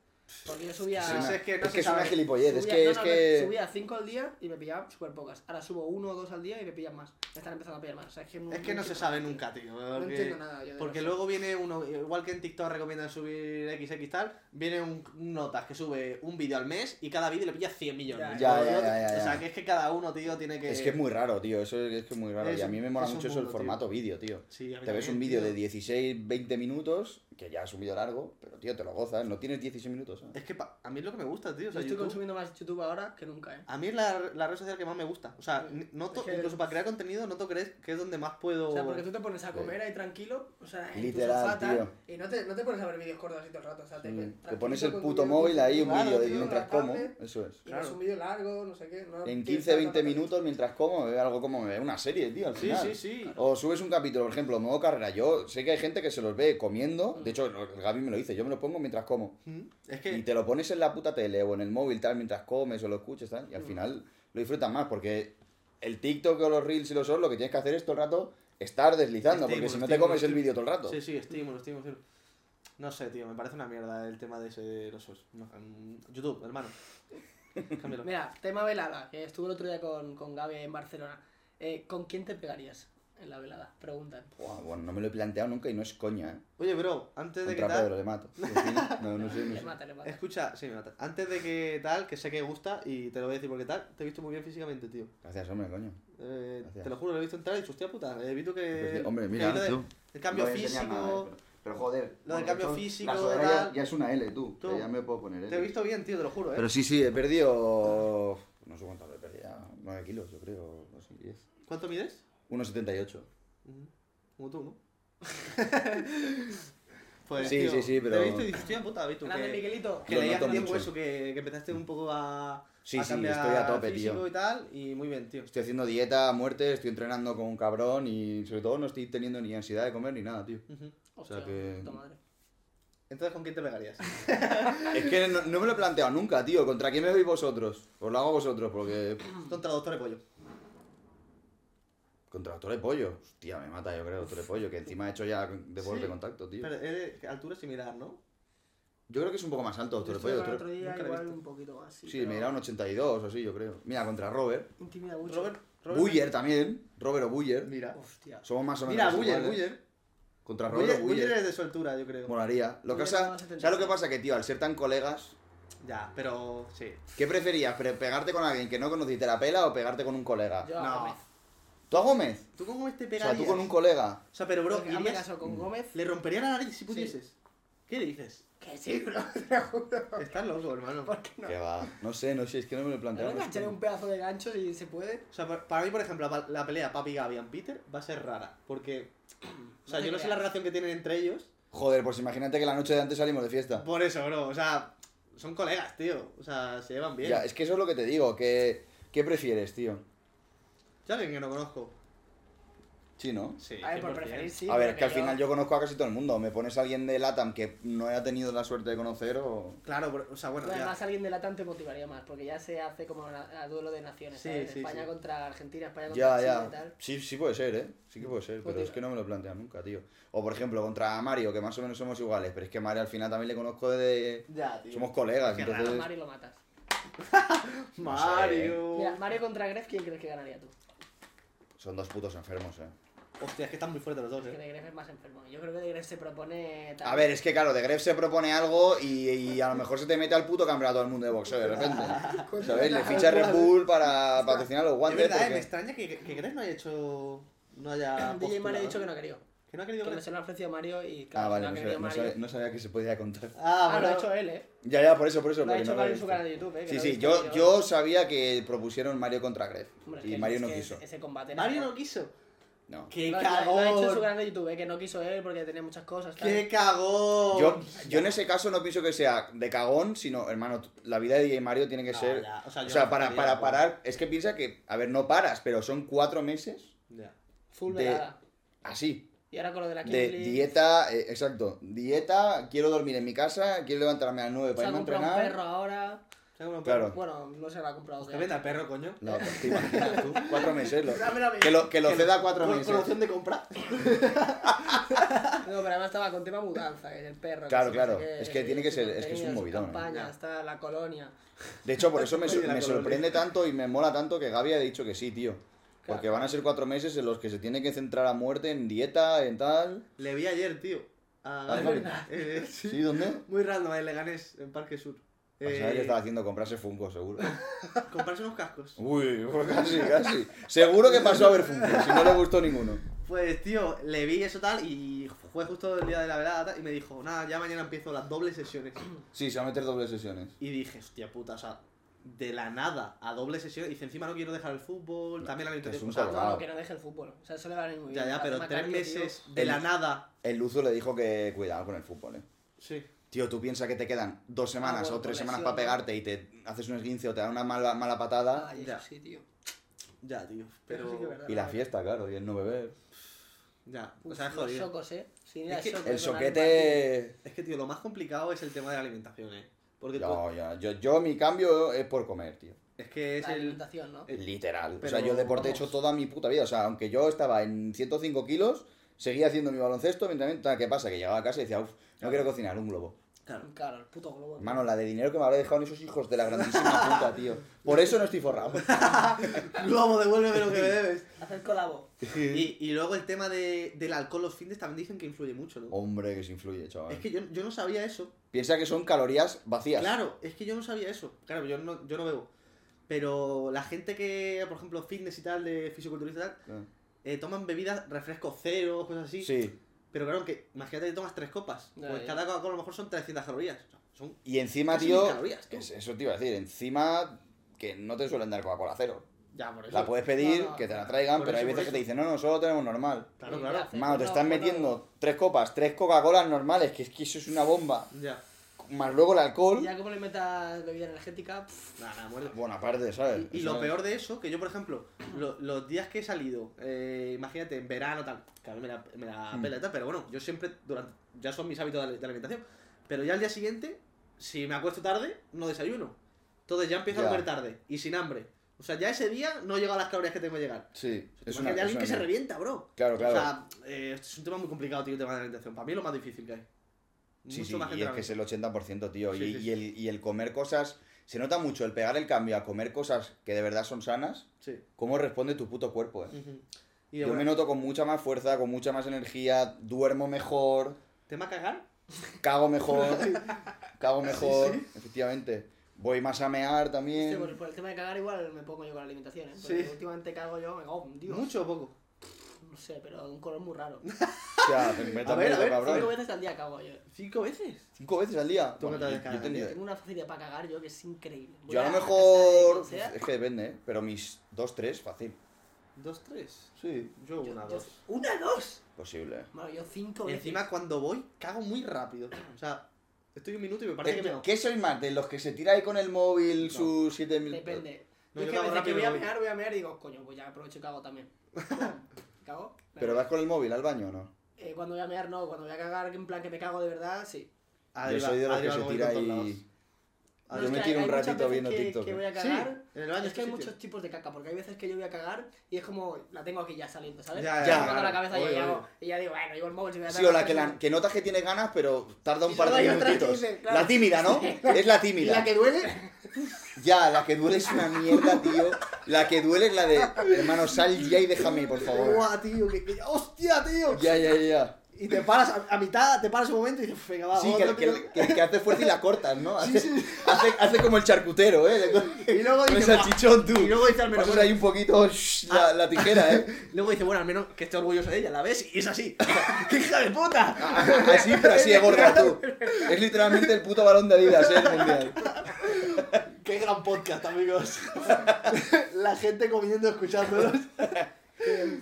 Porque yo subía.
Sí, sí,
una-
es que no
es
se
que es una
sabe.
gilipollez, es
subía-
que,
no,
es
no,
que...
Subía 5 al día y me pillaba súper pocas. Ahora subo uno o dos al día y me pillan más. Me están empezando a pillar más. O sea, es que no,
Es que no se
entiendo
sabe
nada,
nunca, tío. Porque,
entiendo nada yo de
porque
los-
luego viene uno, igual que en TikTok recomiendan subir XX tal, viene un un notas que sube un vídeo al mes y cada vídeo le pilla 100 millones.
Ya,
O
ya,
yo-
ya, ya,
O sea,
ya.
que es que cada uno, tío, tiene que...
Es que es muy raro, tío, eso es que es muy raro.
Es
y a mí me
un-
mola
es un
mucho eso el
mundo, tío.
formato vídeo, tío.
Sí, a mí
Te ves
también,
un vídeo
tío.
de 16, 20 minutos, que ya es un vídeo largo, pero tío, te lo gozas, no tienes 16 minutos. ¿sabes?
Es que pa- a mí es lo que me gusta, tío. O
Yo
sea,
estoy
YouTube-
consumiendo más YouTube ahora que nunca, ¿eh?
A mí es la, la red social que más me gusta. O sea, ni- noto,
Es que-
incluso para crear contenido, noto que es, que es donde más puedo.
O sea, porque tú te pones a comer ahí tranquilo, o sea, en
Literal,
tu sofá, tal,
tío.
y no te, no te pones a ver vídeos cortos así todo el rato, o sea, te,
Sí. Mm, Te
tranquilito
pones el
con tu
puto
vídeo,
móvil ahí, un
claro,
vídeo de
tío,
mientras
la
como,
tablet,
eso es.
Y
Claro.
no es un vídeo largo, no sé qué. No
En
tienes
15,
tanta
20
pantalla.
minutos mientras como, veo algo como me veo una serie, tío, al
Sí,
final.
sí, sí.
O subes un capítulo, por ejemplo, modo carrera. Yo sé que hay gente que se los ve comiendo. De hecho, el Gaby me lo dice. Yo me lo pongo mientras como.
Mm, Es
Y
que.
te lo pones en la puta tele o en el móvil tal mientras comes o lo escuchas tal. Y
Mm.
al final lo disfrutas más porque el TikTok o los Reels y los Shorts lo que tienes que hacer es todo el rato estar deslizando.
Estímulo,
porque si no te
estímulo,
comes el
estímulo.
vídeo todo el rato.
Sí, sí, estímulo, estímulo, estímulo. No sé, tío, me parece una mierda el tema de ese de los shorts. No, mm, YouTube, hermano. Cámbialo.
Mira, tema velada, que estuve el otro día con, con Gaby en Barcelona. Eh, ¿Con quién te pegarías en la velada? Preguntan.
Buah, bueno, no me lo he planteado nunca y no es coña, ¿eh?
Oye, bro, antes de que
Contra
tal.
Pedro, le mato. No, no sé, no
Le
sé.
mata, le mata.
Escucha, sí, me mata. Antes de que tal, que sé que gusta y te lo voy a decir porque tal, te he visto muy bien físicamente, tío.
Gracias, hombre, coño.
Eh,
Gracias.
te lo juro, lo he visto entrar y he dicho, hostia puta, he visto que.
Pues, hombre,
que
mira,
lo de-
tú.
El cambio
No voy a
físico.
enseñar nada, eh, pero, pero joder.
Lo del
bueno,
cambio
eso-
físico,
la sudadera ya-
tal.
Ya, es una L, tú.
Tú.
Que ya me puedo poner L.
Te he visto bien, tío, te lo juro, eh.
Pero sí, sí, he perdido. No sé cuánto he perdido. ya, 9 kilos, yo creo. No sé, 10.
¿Cuánto mides?
1,78.
Ujú. Como tú, ¿no? pues,
Sí,
tío,
sí, sí, pero-
Te he visto y dices, hostia puta, ¿viste?
Grande
Que,
Miguelito.
que
Lo
leías
noto
tiempo
mucho.
eso, que, que empezaste un poco a.
Sí,
a
sí,
cambiar
estoy a tope,
físico
tío.
y tal, y muy bien, tío.
Estoy haciendo dieta a muerte, estoy entrenando como un cabrón y sobre todo no estoy teniendo ni ansiedad de comer ni nada, tío.
Ujú.
Hostia,
o sea que-
puta madre.
Entonces, ¿con quién te pegarías?
Es que no, no me lo he planteado nunca, tío. ¿Contra quién me veis vosotros? Os lo hago a vosotros porque.
Contra Doctor Pollo.
Contra Torre Pollo. Hostia, me mata yo creo Torre Pollo, que encima ha hecho ya deporte de contacto, tío.
Pero es de altura similar, ¿no?
Yo creo que es un poco más alto Torre
Estuve
Pollo.
con el
Torre-
otro día
nunca lo he
igual
visto.
un poquito más.
Sí,
pero
me dirá un 82 o así, yo creo. Mira, contra Robert.
Intimida mucho.
Robert, Robert
Buller también. Robert o Buller.
Mira.
Hostia.
Somos más o menos.
Mira, Buller,
iguales.
Buller.
Contra Robert
Buller,
o
Buller
Buller.
es de su altura, yo creo.
Molaría. Lo que
Buller
pasa,
no, 70.
¿Sabes lo que pasa? Que, tío, al ser tan colegas,
Ya, pero sí.
¿qué preferías? Pre- ¿Pegarte con alguien que no conociste la pela o pegarte con un colega?
Yo a
No.
Gómez.
¿Tú a Gómez?
¿Tú cómo este
O
pegarías?
sea, tú con un colega.
O sea, pero bro,
Porque yo me
irías-
caso
Mm.
con Gómez.
le rompería la nariz si pudieses. ¿Qué dices?
Que sí, bro, te lo juro.
Estás loco, hermano.
¿Por qué no?
Que va. No sé, no sé, es que no me lo he
Le voy a
planteado.
enganchar un pedazo de gancho si se puede.
O sea, pa- para mí, por ejemplo, la, pa- la pelea Papi Gavian Peter va a ser rara. Porque. O sea,
No te
yo no sé la
creas.
relación que tienen entre ellos.
Joder, pues imagínate que la noche de antes salimos de fiesta.
Por eso, bro. O sea, son colegas, tío. O sea, se llevan bien.
Ya, es que eso es lo que te digo, que... ¿Qué prefieres, tío?
Yo alguien que no conozco.
Sí, ¿no?
Sí.
A ver, por
100%.
preferir sí.
a ver,
pero
es que al final yo conozco a casi todo el mundo. Me pones a alguien de LATAM que no he tenido la suerte de conocer o...
Claro, pero- o sea, bueno,
Pero
ya.
Además, alguien de la te motivaría más, porque ya se hace como na- a duelo de naciones,
Sí,
¿sabes?
sí,
España
sí.
contra Argentina, España contra
Ya,
Chile y
ya.
tal. Pues
Sí, sí puede ser, ¿eh? Sí que puede ser, pero
Joder.
es que no me lo he planteado nunca, tío. O por ejemplo, contra Mario, que más o menos somos iguales, pero es que Mario al final también le conozco de...
Ya, tío.
Somos colegas,
Qué
A
Pues entonces...
Mario lo matas.
Mario.
Mira, Mario contra Gref, ¿quién crees que ganaría tú?
Son dos putos enfermos, ¿eh?
Hostia, es que están muy fuertes los dos,
Que
eh.
de Gref es más enfermo. Yo creo que de Gref se propone. tal-
A ver, es que claro, de Gref se propone algo y, y a lo mejor se te mete al puto campeonato del mundo de boxeo de repente. ¿Sabes? Le ficha Red Bull para patrocinar los
Es
guantes.
verdad, eh, me
porque-
extraña que, que Gref no haya hecho. No haya.
DJ Mario ha
postulado.
dicho que no ha querido.
Que no ha querido
Que
Gref.
no se lo ha ofrecido Mario y claro,
Ah, vale,
no ha
no
querido
sabía, no
Mario.
sabía- no sabía que se podía contar.
Ah,
Ah, lo
bueno.
ha hecho él, ¿eh?
Ya, ya, por eso, por eso.
Lo ha
porque
hecho
no lo había
Mario en su
visto.
canal de YouTube, ¿eh? que
Sí,
lo he
sí,
visto
yo, yo sabía que propusieron Mario contra Gref.
Hombre, es
Y
que-
Mario
es
no
que
quiso.
ese- Ese combate. era-
Mario no quiso.
No.
¡Qué
Lo, lo ha hecho en su
cagón!
canal de YouTube, ¿eh? Que no quiso él porque tenía muchas cosas. tal.
¡Qué cagón!
Yo, yo en ese caso no pienso que sea de cagón, sino, hermano, tú- la vida de DJ Mario tiene que
No,
ser...
ya, o
O
sea,
sea,
yo no
para,
estaría,
para
pues.
parar... Es que piensa que, a ver, no paras, pero son cuatro meses
Ya.
Full
de-
velada.
así.
Y ahora con lo de la
De
Kingsley,
dieta, eh, exacto. Dieta, quiero dormir en mi casa, quiero levantarme a las 9
Se
para
ha
irme a
comprado un perro
entrenar. Pues
ahora.
O sea, como-
Claro.
Bueno, no se lo ha comprado.
Que venda perro, coño.
No, te imaginas tú, cuatro meses. lo-
Dámelo a mí.
que lo, que lo
Que
ceda
lo-
cuatro
con-
meses.
Con opción de compra.
No, pero además estaba con tema mudanza, que es el perro.
Claro,
sí,
claro.
no sé qué,
Es que tiene que
sus
ser- es que es un
contenidos, sus
movidón, ¿eh?
campañas,
Ya.
está la colonia.
De hecho, por eso me,
Oye, la
me
colonia.
sorprende tanto y me mola tanto que Gaby ha dicho que sí, tío. Porque
Claro.
van a ser cuatro meses en los que se tiene que centrar a muerte en dieta, en tal.
Le vi ayer, tío. A-
Ah, ¿es verdad?
Eh, eh, sí.
¿Sí? ¿Dónde?
Muy random, en Leganés, en Parque Sur.
Pues
Eh,
¿Sabes qué estaba haciendo? Comprarse Funko, seguro.
Comprarse unos cascos.
Uy, pues casi, casi. Seguro que pasó a ver Funko, si no le gustó ninguno.
Pues, tío, le vi eso tal y fue justo el día de la velada tal, y me dijo, nada, ya mañana empiezo las dobles sesiones.
Sí, se va a meter dobles sesiones.
Y dije, hostia puta, o sea, de la nada a doble sesión. Dice, encima no quiero dejar el fútbol, también la
es un
alimentación. o
No,
sea,
colgado.
no,
Claro.
que no deje el fútbol. O sea, eso le va a venir muy
Ya,
bien.
ya,
Hace
pero
más
tres
cambio, tío.
meses de la nada.
El Luzu le dijo que cuidado con el fútbol, eh.
Sí.
Tío, tú piensas que te quedan dos semanas
Ah, bueno,
o tres
por
semanas
lesión,
para
¿no?
pegarte y te haces un esguince o te dan una mala, mala patada.
Ay,
Ah, Ya.
eso sí, tío.
Ya, tío.
Pero
Pero.
sí que es verdad.
y la fiesta, claro, y el no beber.
Ya, o
Uf,
sea, es
los
Pues jodido.
socos, eh. Sin ir
Es
al
que
soco,
El
con Armani.
soquete.
Es que, tío, lo más complicado es el tema de la alimentación, ¿eh? Porque tú-
No, ya. Yo, yo mi cambio es por comer, tío.
es que es
La
el...
alimentación, ¿no?
Eh,
Literal.
pero,
o sea, yo deporte he
vamos.
hecho toda mi puta vida. O sea, aunque yo estaba en 105 kilos, seguía haciendo mi baloncesto. Mientras, ¿qué pasa? Que llegaba a casa y decía, uff, no quiero cocinar, un globo.
Claro.
Claro, el puto globo.
Hermano, la de dinero que me habrá dejado en esos hijos de la grandísima puta, tío. Por eso no estoy forrado.
Globo, devuélveme lo que me debes.
Hacer colabo.
Y, y luego el tema de, del alcohol los fines también dicen que influye mucho, ¿no?
Hombre, que se influye, chaval.
Es que yo, yo no sabía eso.
Piensa que son calorías vacías.
Claro, es que yo no sabía eso. Claro, yo no, yo no bebo. Pero la gente que, por ejemplo, fitness y tal, de fisioculturista y tal, eh, toman bebidas, refrescos cero, cosas así.
Sí.
Pero claro, que imagínate que tomas tres copas.
Ya,
pues
ya.
cada coca a lo mejor son 300 calorías. O sea, son
Y encima,
Casi
tío.
mil calorías, tú.
es- eso te iba a decir. Encima que no te suelen dar Coca-Cola cero.
Ya, por eso.
La puedes pedir,
No, no,
que te la traigan,
por
pero hay
eso, por
veces que
eso.
te dicen, no, no, solo tenemos normal.
Claro,
Y
claro.
hace
Mano, te
uno,
están
uno,
metiendo tres copas, tres Coca-Colas normales, que es que eso es una bomba.
Ya.
Más luego el
Y
alcohol.
ya como le metas bebida energética, pff,
Nada, nada, muerde.
Bueno, aparte, ¿sabes?
Y, y
O
lo
sea,
peor de eso, que yo, por ejemplo, lo- los días que he salido, eh, imagínate, en verano, tal, que a mí me la, me la
Mm.
pela y tal, pero bueno, yo siempre, durante, ya son mis hábitos de, de alimentación. Pero ya al día siguiente, si me acuesto tarde, no desayuno. Entonces ya empiezo
Ya.
a comer tarde y sin hambre. O sea, ya ese día no llego a las calorías que tengo que llegar.
Sí,
Es
es una,
hay
es
alguien
una
que se
mierda.
revienta, bro.
Claro, claro.
O sea, eh, este es un tema muy complicado, tío, el tema de la alimentación. Para mí es lo más difícil que hay.
Sí,
Mucho
sí,
más
y es que
la-
es el 80%, tío.
Sí,
y,
sí,
y
sí.
el, y el comer cosas. Se nota mucho el pegar el cambio a comer cosas que de verdad son sanas.
Sí.
¿Cómo responde tu puto cuerpo, eh?
Ujú. Y
Yo
ahora,
me noto con mucha más fuerza, con mucha más energía, duermo mejor,
¿tema cagar?
cago mejor, cago mejor, efectivamente. Voy más a mear
Sí,
también.
por, por el tema de cagar igual me pongo yo con la alimentación, ¿eh?
Sí.
Porque últimamente cago yo, me cago, un Dios.
¿Mucho o poco?
No sé, pero de un color muy raro.
O sea, te meto
A ver,
miedo,
a ver,
cabrón.
Cinco veces al día cago yo. ¿eh?
¿Cinco veces?
¿Cinco veces al día.
Tú no te
Bueno, yo-
descargas,
yo, he tenido-
tío.
Tengo una facilidad para cagar yo que es increíble. Voy
yo a lo
la casa de
mejor.
quien sea,
Es que depende, ¿eh? Pero mis dos, tres, fácil.
¿Dos, tres?
Sí.
Yo
yo-
pues, una,
yo-
dos.
¡Una, dos!
Posible.
Bueno, yo cinco veces.
Encima, cuando voy, cago muy rápido. O sea, estoy un minuto y me parece que me hago.
Eh, ¿Qué sois más? ¿De los que se tira ahí con el móvil
No.
sus 7000?
Depende.
No,
yo
yo
es que a
cago
veces que
rápido
voy a
y voy.
mear, voy a mear y digo, coño, pues ya aprovecho y cago también. ¿Cago?
¿Pero vas con el móvil al baño o no?
Eh, cuando voy a mear, no. Cuando voy a cagar, en plan que me cago de verdad, sí.
Adri
Yo
va-
soy de los
Adri
que
va
se
con
tira
todos lados.
ahí.
Ah,
Yo
es
me
que
tiro
hay
un
muchas
ratito
veces
viendo
que-
TikTok.
que voy
¿eh?
a cagar.
en el baño
Es que hay
sí,
muchos
tío.
tipos de caca, porque hay veces que yo voy a cagar y es como, la tengo aquí ya saliendo, ¿sabes?
Ya,
ya,
Sacando la
claro.
cabeza
Obvio,
y, ya
obvio.
hago- y ya digo, bueno, llevo el móvil si voy a
Sí, o la que, la que notas que tiene ganas, pero tarda un
Y
par de
luego hay otra que
minutitos.
dice, claro.
La tímida, ¿no? Es la tímida.
duele?
Ya, la que duele es una mierda, tío. La que duele es la de, hermano, sal ya y déjame, por favor.
Buah, tío, que, que- ¡Hostia, tío!
Ya, ya, ya.
Y te paras a, a mitad, te paras un momento y dices, venga, va,
Sí, que,
otro, tío.
que, que- que hace fuerza y la cortas, ¿no? Hace, hace, hace como el charcutero, ¿eh? Le co-
Y luego
Con el
dices,
salchichón, tú.
Y luego dice al menos,
Pasas ahí un poquito shh, la, la tijera, ¿eh?
luego dice, bueno, al menos que esté orgulloso de ella, la ves y es así. ¡Qué hija de puta!
Así, pero así de gorda, tú. Es literalmente el puto balón de Adidas, ¿eh? El mundial.
¡Qué gran podcast, amigos! la gente comiendo, escuchándolos.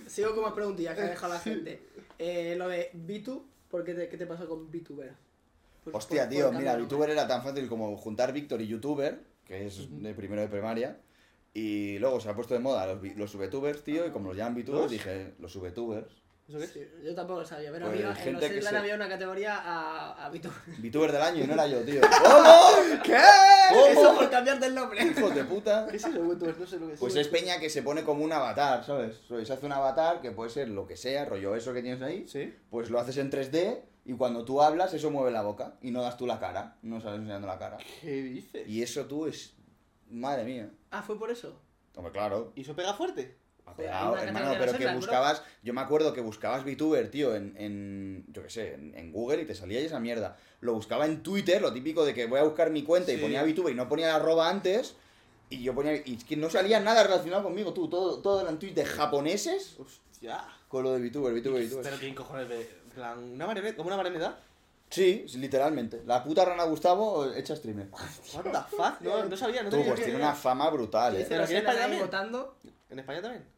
Sigo con más preguntillas que ha dejado la gente. Eh, lo de Vitu, ¿por qué te, qué te pasó con VTuber? Por-
Hostia,
por-
tío,
por
mira,
cambiar
VTuber era tan fácil como juntar Víctor y YouTuber, que es de primero de primaria, y luego se ha puesto de moda los, vi- los VTubers, tío, y como los llaman VTubers,
¿Los?
dije, los VTubers.
¿Eso qué es?
nombre. Yo tampoco lo sabía, pero
Pues,
había- en
gente
los
que
Island
se-
había una categoría a, a VTuber.
VTuber del año, y no era yo, tío. ¿Cómo? ¿Qué?
Eso
¿Cómo?
por cambiarte el nombre.
Hijos de puta.
¿Qué es eso, güey? Tú, No sé lo que es.
Pues es peña que se pone como un avatar, ¿sabes? O sea, Se hace un avatar que puede ser lo que sea, rollo eso que tienes ahí,
¿Sí?
pues lo haces en 3D y cuando tú hablas eso mueve la boca y no das tú la cara, no sales enseñando la cara.
¿Qué dices?
Y eso tú es... Madre mía.
Ah, fue por eso.
Hombre, claro.
¿Y eso pega fuerte?
Ha
Pero
pegado,
hay una
hermano,
categoría de
pero que
nosotras,
buscabas, yo me acuerdo que buscabas VTuber, tío, en, en yo qué sé, en, en Google y te salía ahí esa mierda. Lo buscaba en Twitter, lo típico de que voy a buscar mi cuenta y
Sí.
ponía VTuber y no ponía la arroba antes, y yo ponía, y es que no salía nada relacionado conmigo, tú, todo, todo eran tweets de japoneses
¡Hostia!
con lo de VTuber, VTuber, VTuber.
Pero quién cojones de. en plan, ¿Una marioneta? ¿Como una marioneta?
Sí, sí, literalmente. La puta rana Gustavo eh, hecha streamer.
What the fuck? No, no sabía, no
Tú,
tenía
pues
ni
tiene
idea.
una fama brutal,
Dice
eh.
Pero
los
aquí en
Island
España
ahí
también.
votando.
¿En España también?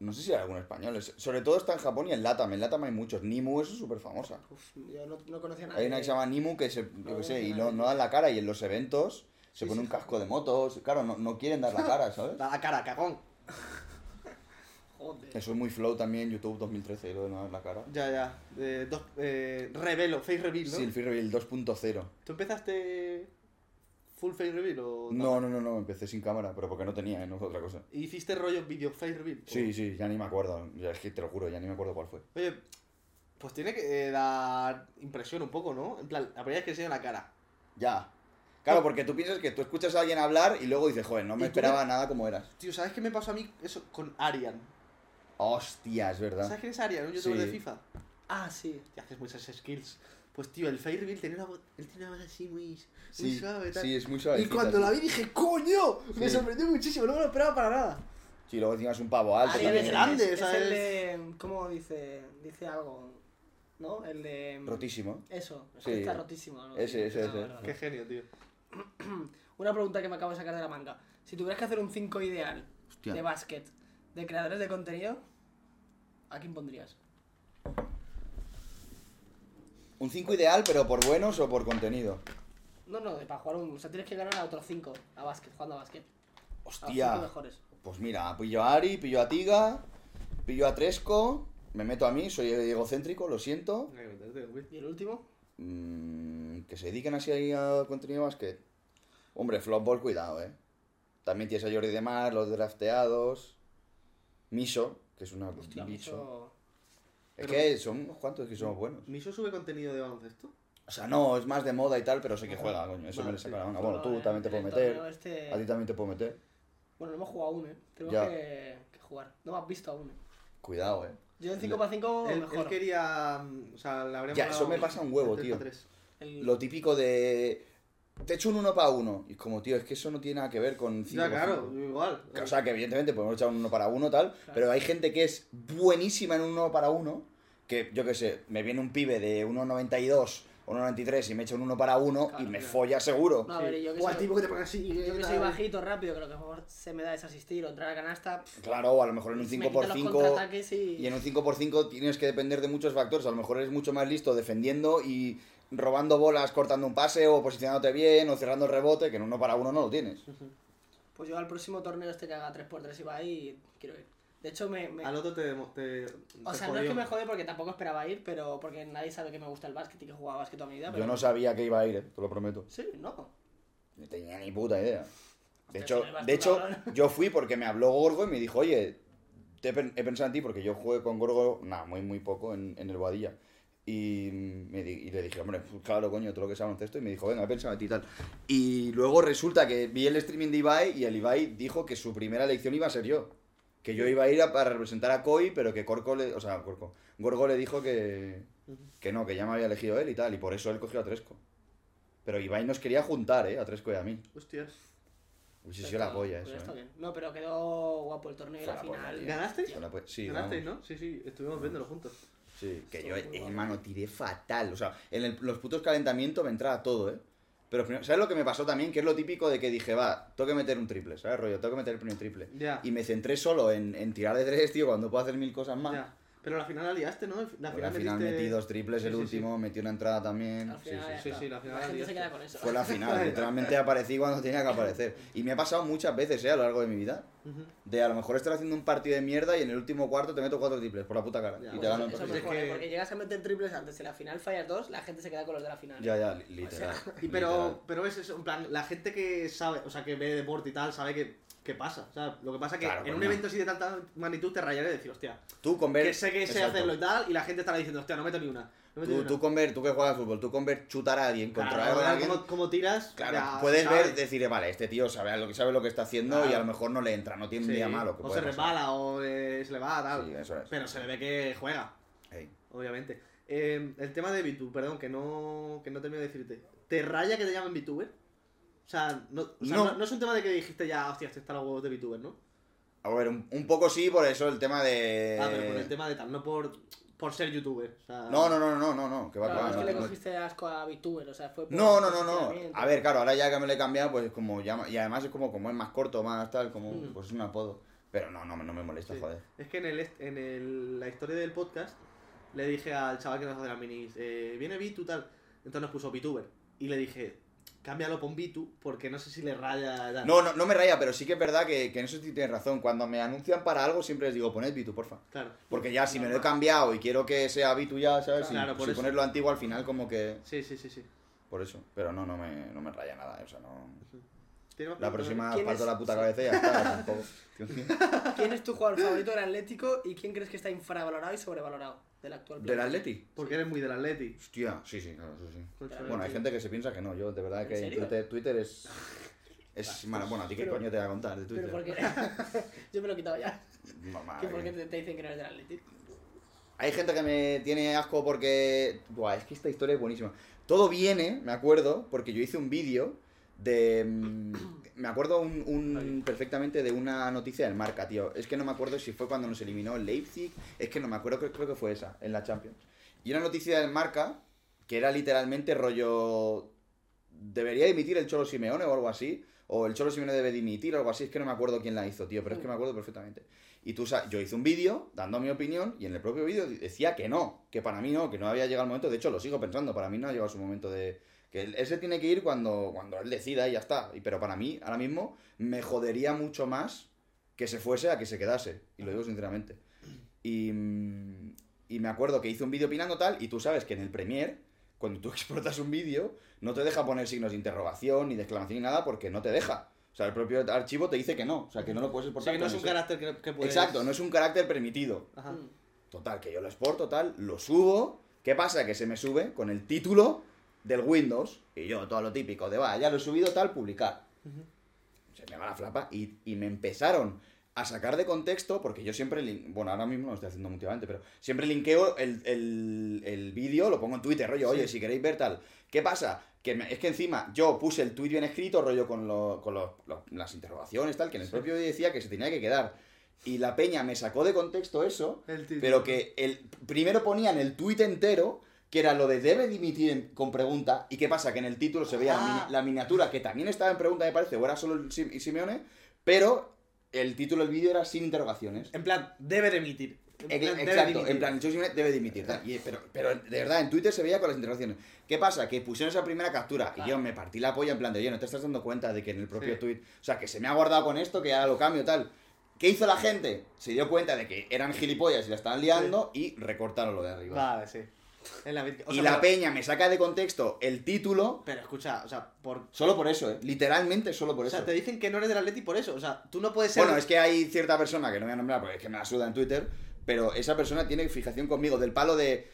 No sé si hay algún español. es- Sobre todo está en Japón y en Latam. En Latam hay muchos. Nimu, eso es súper famosa.
Uf, yo no, no conocía nada.
Hay una que se llama Nimu que se, yo
no,
qué sé, y
no,
no,
no.
no dan la cara y en los eventos se
Sí,
pone un
sí.
casco de motos. Claro, no, no quieren dar la cara, ¿sabes?
Da la cara, cagón.
Joder.
Eso es muy flow también, YouTube 2013, y lo de no dar la cara.
Ya, ya. Eh, dos, eh, revelo, face reveal, ¿no?
Sí, el Free Reveal 2.0.
¿Tú empezaste full face reveal o.?
No, no, no, no, empecé sin cámara, pero porque no tenía, ¿eh? no fue otra cosa.
¿Y ¿Hiciste rollo video face reveal?
Sí, sí, ya ni me acuerdo. Ya es que te lo juro, ya ni me acuerdo cuál fue.
Oye, pues tiene que eh, dar impresión un poco, ¿no? En plan, la primera vez que enseña la cara.
Ya. Claro, porque tú piensas que tú escuchas a alguien hablar y luego dices, joder, no
¿Y
me
tú
esperaba nada como eras.
Tío, ¿sabes qué me pasó a mí eso con Arian?
Hostia, es
¿Sabes
verdad.
quién es Arian? Un youtuber
Sí.
de FIFA.
Ah, sí.
Y haces muchas skills. Pues tío, el face reveal tenía una voz, él tenía una voz así muy, muy
Sí,
suave. Tal.
sí, es muy suave.
y cuando la vi dije, ¡coño! Me
Sí.
sorprendió muchísimo, no me lo esperaba para nada.
Sí, luego encima es un pavo alto
Ariel
también.
es grande,
Ah, es
¿sabes?
el de. ¿Cómo dice? Dice algo. ¿No? El de. mm,
Rotísimo.
Eso, es
Sí.
que está rotísimo. ¿no?
Ese, ese,
Ah,
ese.
vale, vale.
Qué genio, tío.
Una pregunta que me acabo de sacar de la manga. Si tuvieras que hacer un 5 ideal
Hostia.
de básquet de creadores de contenido, ¿a quién pondrías?
Un 5 ideal, pero por buenos o por contenido.
Ah,
No, no, de para jugar un. O sea, tienes que ganar a otros 5 a básquet, jugando a básquet. A los 5
Hostia.
mejores.
Pues mira, pillo a Ari, pillo a Tiga, pillo a Tresco, me meto a mí, soy egocéntrico, lo siento.
Mira que me entreteo, güey.
¿Y el último?
Mm, que se dediquen así ahí a contenido básquet. Hombre, flopball, cuidado, eh. También tienes a Jordi de Mar, los drafteados. Miso, que es una.
Hostia,
Miso.
Eso-
Es
Pero-
que son unos cuantos que somos buenos.
¿Miso sube contenido de baloncesto?
O sea, no, es más de moda y tal, pero sé que
Ajá.
juega, coño. Eso
Vale,
me le saca
sí.
la manga. Ah, Bueno, tú
el-
también te
el
puedes
torneo
meter.
este-
A ti también te puedo meter.
Bueno, no hemos jugado aún, ¿eh? Tenemos
Ya.
que, que jugar. No me has visto aún, ¿eh?
Cuidado, eh.
Yo en
Le-
5x5
Él,
mejor.
él quería. mm, O sea, le habríamos
Ya, eso
dado
me pasa un huevo,
tres
tío.
pa' tres.
Lo típico de. Te echo un uno para uno. Y es como, tío, es que eso no tiene nada que ver con. cinco
Ya,
por
claro,
cinco.
igual.
O sea, que evidentemente podemos echar un uno para uno, tal. Pero hay gente que es buenísima en un uno para uno. Que yo qué sé, me viene un pibe de 1,92 o 1,93 y me echa un uno para uno y
Claro,
me
claro.
folla seguro.
No, a ver, yo que
o al
soy-
tipo que te pone así.
Y yo que
tal.
soy bajito, rápido, que lo que mejor se me da es asistir o entrar a canasta. pff,
Claro, o a lo mejor en un
me
5x5.
quita los contraataques y...
Y en un 5x5 tienes que depender de muchos factores. A lo mejor eres mucho más listo defendiendo y robando bolas, cortando un pase o posicionándote bien o cerrando el rebote, que en uno para uno no lo tienes.
Pues yo al próximo torneo este que haga 3x3 iba ahí y quiero ir. De hecho, me... me-
Al otro te. te
O
te
sea, no es
jodió.
que me jode porque tampoco esperaba ir, pero porque nadie sabe que me gusta el básquet y que he jugado a básquet toda mi vida.
Yo
Pero...
no sabía que iba a ir, eh, te lo prometo.
Sí, no.
No tenía ni puta idea. De
Hostia,
hecho,
si me vas
de
tú,
hecho
cabrón.
yo fui porque me habló Gorgo y me dijo, oye, te he, pen- he pensado en ti porque yo jugué con Gorgo, nada, muy, muy poco en, en el Boadilla. Y, me di- y le dije, hombre, pues claro, coño, todo lo que es baloncesto. Y me dijo, venga, he pensado en ti y tal. Y luego resulta que vi el streaming de Ibai y el Ibai dijo que su primera elección iba a ser yo. Que yo iba a ir a, para representar a Koi, pero que Corco le, o sea, Corco, Gorgo le dijo que, que no, que ya me había elegido él y tal. Y por eso él cogió a Tresco. Pero Ibai nos quería juntar, ¿eh? A Tresco y a mí.
Hostias.
Uy, sí, sí, la polla eso,
Está
¿eh?
bien. No, pero quedó guapo el torneo y
Fue
la
la polla,
final.
tío.
¿Ganasteis?
Yo la po- Sí,
¿Ganasteis,
vamos.
no? Sí, sí, estuvimos viéndolo juntos.
Sí, que yo,
Estuvo muy guapo.
hermano, tiré fatal. O sea, en el- los putos calentamientos me entraba todo, ¿eh? Pero primero- ¿sabes lo que me pasó también? Que es lo típico de que dije, va, tengo que meter un triple, ¿sabes, rollo? Tengo que meter el primer triple.
Ya.
Y me centré solo en, en tirar de tres, tío, cuando puedo hacer mil cosas más.
Ya. Pero la final la liaste, ¿no? La final,
Pero al final
metiste-
metí dos triples, el
Sí, sí, sí.
último, metí una entrada también.
Al
Sí,
final,
sí,
ya
sí.
sí,
está.
sí, la final
La gente
ya
se
está.
queda con eso.
Fue la final, literalmente aparecí cuando tenía que aparecer. Y me ha pasado muchas veces, ¿eh? A lo largo de mi vida.
Ujú.
De a lo mejor estar haciendo un partido de mierda y en el últiimo cuarto te meto cuatro triples por la puta cara.
Ya,
y
pues
te gano el
eso
entonces.
partido.
mejor,
Es
¿eh?
que-
porque llegas a meter triples antes y la final fallas dos, la gente se queda con los de la final.
Ya, ya, li- literal.
Y pero,
literal.
pero es eso, en plan, la gente que sabe, o sea, que ve deporte y tal, sabe que, que pasa. O sea, lo que pasa es que
Claro,
en
pues
un
no.
evento así de tanta magnitud te rayaré y decir, hostia,
Tú con ver.
que sé que sé
Exacto.
hacerlo y tal, y la gente estará diciendo, hostia, no meto ni una. No meto ni
Tú,
una.
tú con ver, tú que juegas al fútbol, tú con ver chutar a alguien,
Claro,
controlar a
ahora
alguien.
como, como tiras,
Claro,
ya
puedes
sabes.
ver, decir, eh, vale, este tío sabe lo que sabe lo que está haciendo
Claro.
y a lo mejor no le entra, no tiene
Sí,
un día malo. que
o
puede
se
pasar.
resbala, o eh, se le va, tal.
Sí, eso es.
Pero se le ve que juega,
Ey.
obviamente. Eh, el tema de VTuber, perdón, que no, que no termino de decirte. ¿Te raya que te llamen VTuber? O sea, no, o sea,
No.
no- no es un tema de que dijiste ya, hostia, este está los huevos de VTuber, ¿no?
A ver, un, un poco sí, por eso el tema de.
Ah, pero por el tema de tal, no por, por ser youtuber. O sea,
Eh. No, no, no, no, no, no, que va
Claro,
que va,
es que
no
le
tengo-
cogiste asco a VTuber, o sea, fue por
No, no, no, no.
posicionamiento.
A ver, claro, ahora ya que me lo he cambiado, pues como ya. Y además es como, como es más corto, más tal, como.
Mm.
Pues es un apodo. Pero no, no, me- no me molesta,
Sí.
joder.
Es que en, el, est- en el- la historia del podcast le dije al chaval que nos hace las minis, eh, viene Vitu tal. Entonces nos puso VTuber. Y le dije, cámbialo por Vitu porque no sé si le raya. tal".
No, no, no me raya, pero sí que es verdad que, que en eso sí tienes razón. Cuando me anuncian para algo, siempre les digo, poned Bitu, porfa.
Claro.
Porque ya si me lo he cambiado y quiero que sea Bitu ya, ¿sabes? Si-
Claro,
si,
por eso.
ponerlo antiguo al final, como que.
Sí, sí, sí, sí.
Por eso. Pero no, no me, no me raya nada. O sea, no.
¿Tiene más
La
preguntas?
próxima
¿Quién
parto
es?
la puta cabeza y ya está. tampoco.
¿Quién es tu jugador favorito del Atlético y quién crees que está infravalorado y sobrevalorado del actual?
¿Del
plantilla?
Atleti?
Porque eres muy del Atleti.
Hostia, sí, sí, claro, eso sí.
Concha,
Claro.
Bueno, hay
tío.
gente que se piensa que no. Yo, de verdad,
¿En
que
serio? Ah,
Twitter, Twitter es. Es mala. Bueno, ¿a ti qué
Pero-
coño te voy a contar de
Pero
Twitter?
porque yo me lo he quitado ya.
Mamá,
Que porque
que-
te, te dicen que no eres del Atlético.
Hay gente que me tiene asco porque. Buah, es que esta historia es buenísima. Todo viene, me acuerdo, porque yo hice un vídeo de. mm, Me acuerdo un, un- perfectamente de una noticia del marca, tío. Es que no me acuerdo si fue cuando nos eliminó el Leipzig. Es que no me acuerdo, creo, creo que fue esa, en la Champions. Y una noticia del marca que era literalmente rollo. Debería dimitir el Cholo Simeone o algo así. O el Cholo Simeone debe dimitir o algo así. Es que no me acuerdo quién la hizo, tío, pero es que me acuerdo perfectamente. Y tú sa- yo hice un vídeo dando mi opinión y en el propio vídeo decía que no, que para mí no, que no había llegado el momento. De hecho, lo sigo pensando, para mí no ha llegado su momento de. Que él- ese tiene que ir cuando, cuando él decida y ya está. Y, pero para mí, ahora mismo, me jodería mucho más que se fuese a que se quedase. Y lo digo sinceramente. Y, mm, y me acuerdo que hice un vídeo opinando tal, y tú sabes que en el Premiere, cuando tú exportas un vídeo, no te deja poner signos de interrogación, ni de exclamación, ni nada, porque no te deja. O sea, el propio archivo te dice que no, o sea, que no lo puedes
O
exportar.
sea, que no
con
es un
eso.
carácter que, que puedes...
Exacto, no es un carácter permitido.
Ajá.
Mm.
Total, que yo lo exporto, tal, lo subo. ¿Qué pasa? Que se me sube con el título del Windows. Y yo, todo lo típico de, va, ya lo he subido, tal, publicar.
Ujú.
Se me va la flapa y, y me empezaron a sacar de contexto, porque yo siempre, lin- bueno, ahora mismo no lo estoy haciendo últimamente, pero siempre linkeo el, el- el vídeo, lo pongo en Twitter, rollo, oye, si queréis ver tal. ¿Qué pasa? Que me- es que encima yo puse el tweet bien escrito, rollo con, lo- con lo- lo- las interrogaciones, tal, que en el propio vídeo decía que se tenía que quedar. Y la peña me sacó de contexto eso
El título.
pero que el primero ponían el tuit entero, que era lo de debe dimitir en- con pregunta, y qué pasa, que en el título se veía la,
Ah.
mini- la miniatura, que también estaba en pregunta, me parece, o era solo el Sim- y Simeone, pero el título del vídeo era sin interrogaciones.
En plan, debe demitir. En
Ex-
plan, debe
Eh, Exacto,
dimitir.
en plan, el Cholo Simeone debe dimitir. tal, y- pero, pero de verdad, en Twitter se veía con las interrogaciones. ¿Qué pasa? Que pusieron esa primera captura y yo me partí la polla en plan de, oye, no te estás dando cuenta de que en el propio
Sí.
tweet, o sea, que se me ha guardado con esto, que ahora lo cambio, tal. ¿Qué hizo la gente? Se dio cuenta de que eran gilipollas y la estaban liando y recortaron lo de arriba.
Vale, sí. En la... o
y
sea, pero-
la peña me saca de contexto el título
Pero escucha, o sea, por...
solo por eso, ¿eh? Literalmente solo por
O
eso.
sea, te dicen que no eres del Atleti por eso. O sea, tú no puedes ser...
Bueno, es que hay cierta persona que no voy a nombrar porque es que me la suda en Twitter, pero esa persona tiene fijación conmigo, del palo de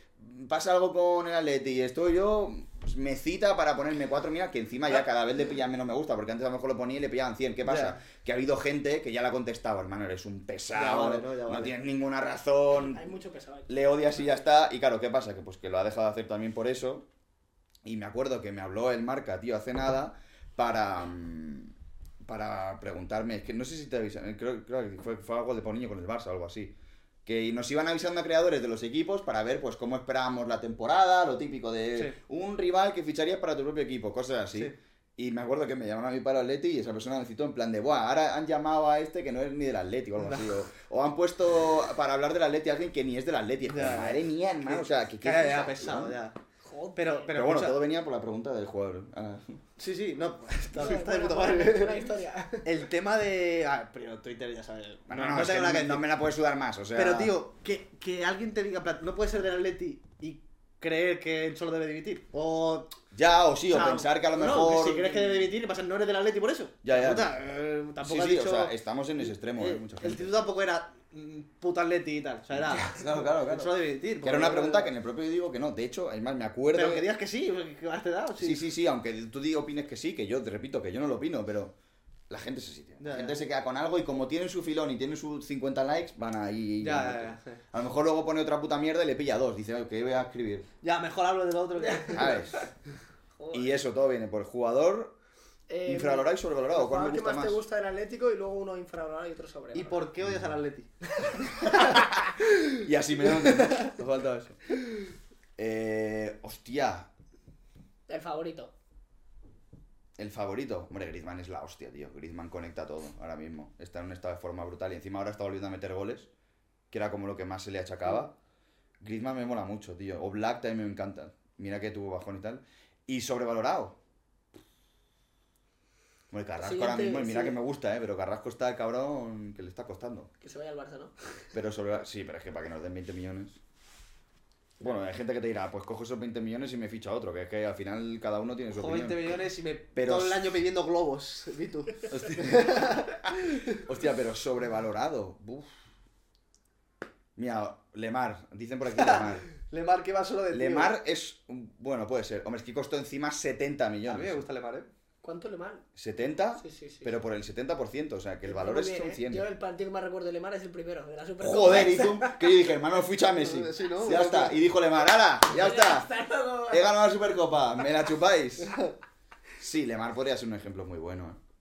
pasa algo con el Atleti y estoy yo, pues, me cita para ponerme cuatro minas que encima
Ah.
ya cada vez le pillan menos me gusta, porque antes a lo mejor lo ponía y le pillaban 100. ¿Qué pasa? Que ha habido gente que ya la ha contestado, hermano, eres un pesado,
Ya vale, no, ya vale.
tienes ninguna razón,
Hay mucho pesado aquí.
le odias y ya está. Y claro, ¿qué pasa? Que pues que lo ha dejado de hacer también por eso. Y me acuerdo que me habló el marca, tío, hace nada, para. mm, Para preguntarme, es que no sé si te avisan, eh, creo, creo que fue, fue algo de por niño con el Barça o algo así. Que nos iban avisando a creadores de los equipos para ver pues cómo esperábamos la temporada, lo típico de
Sí.
un rival que ficharías para tu propio equipo, cosas así.
Sí.
Y me acuerdo que me llamaron a mí para el Atleti y esa persona me citó en plan de, buah, ahora han llamado a este que no es ni del Atleti o algo así. O, o han puesto para hablar del Atleti a alguien que ni es del Atleti. Es como,
Ya.
Madre mía, hermano. O sea, que
Ya, ya, ya,
sensación.
pesado, ya.
Joder.
Pero, pero,
Pero, bueno,
escucha-
todo venía por la pregunta del jugador. Ah,
Sí, sí, no, está,
Bueno,
está de
buena-
puta madre.
buena historia.
El tema de... Ah, primero, Twitter ya sabes.
bueno, no, es que
tengo nada que
no
decir.
me la puedes sudar más, o sea...
Pero, tío, que, que alguien te diga, en plan, no puedes ser del Atleti y creer que él solo debe dimitir. O,
Ya, o sí, o
sea,
pensar que a lo
no,
mejor...
que si crees que debe dimitir, pasa, no eres del Atleti por eso.
Ya, ya.
Puta, eh,
Sí,
tampoco has
sí,
dicho...
o sea, estamos en ese extremo, eh,
eh,
mucha
el
gente.
título tampoco era mm, puto Atleti y tal. O sea, era...
Claro, claro, claro.
Solo debe dimitir.
Que era una
porque-
pregunta que en el propio digo que no. De hecho, además me acuerdo...
Pero que digas que sí, que más te da. o
Sí, sí, sí, aunque tú di- opines que sí, que yo te repito que yo no lo opino, pero la gente se sitio. La
Ya,
gente
ya.
se queda con algo y como tienen su filón y tienen sus 50 likes, van ahí. y
Ya,
van
ya,
a-
ya, sí.
A lo mejor luego pone otra puta mierda y le pilla dos. Dice, "Oye, que voy a escribir.
Ya, mejor hablo del otro que...
¿Sabes? y eso todo viene por jugador,
Eh,
infravalorado y sobrevalorado.
el
¿Cuál me
jugador que
gusta
más,
más?
te gusta del Atlético y luego uno infravalorado y otro sobre.
¿Y por qué odias al Atleti?
Y así me Nos falta eso. Eh, hostia,
El favorito.
El favorito, hombre, Griezmann es la hostia, tío. Griezmann conecta todo ahora mismo. Está en un estado de forma brutal y encima ahora está volviendo a meter goles, que era como lo que más se le achacaba. Griezmann me mola mucho, tío. O Black también me encanta. Mira que tuvo bajón y tal. Y sobrevalorado. Hombre, Carrasco ahora
Siguiente,
mismo, y mira
sí.
que me gusta, ¿eh? Pero Carrasco está el cabrón que le está costando.
Que se vaya al Barça, ¿no?
Pero sobre... Sí, pero es que para que nos den 20 millones. Bueno, hay gente que te dirá, pues cojo esos 20 millones y me ficho a otro, que es que al final cada uno tiene su
Cojo
opinión.
20 millones y me
Pero-
todo el año pidiendo globos, vi tú.
Hostia, pero sobrevalorado. Uf. Mira, Lemar. Dicen por aquí Lemar.
Lemar que va solo de tío.
Lemar es. un- Bueno, puede ser. Hombre, es que costó encima 70
A mí me
millones.
gusta Lemar, eh.
¿Cuánto le mal?
70,
Sí, sí, sí.
pero por el 70%. O sea, que el valor
Muy
es
bien,
son
¿eh?
100.
Yo el partido que más recuerdo de Lemar es el primero, de la Supercopa.
Joder, y tú. Que yo dije, hermano, ficha a Messi.
Sí, ¿no?
Ya está. Y dijo Lemar, ¡hala! ¡Ya está! Eh.
luego.
He ganado la Supercopa. ¿Me la chupáis? Sí, Lemar podría ser un ejemplo muy bueno. ¿eh?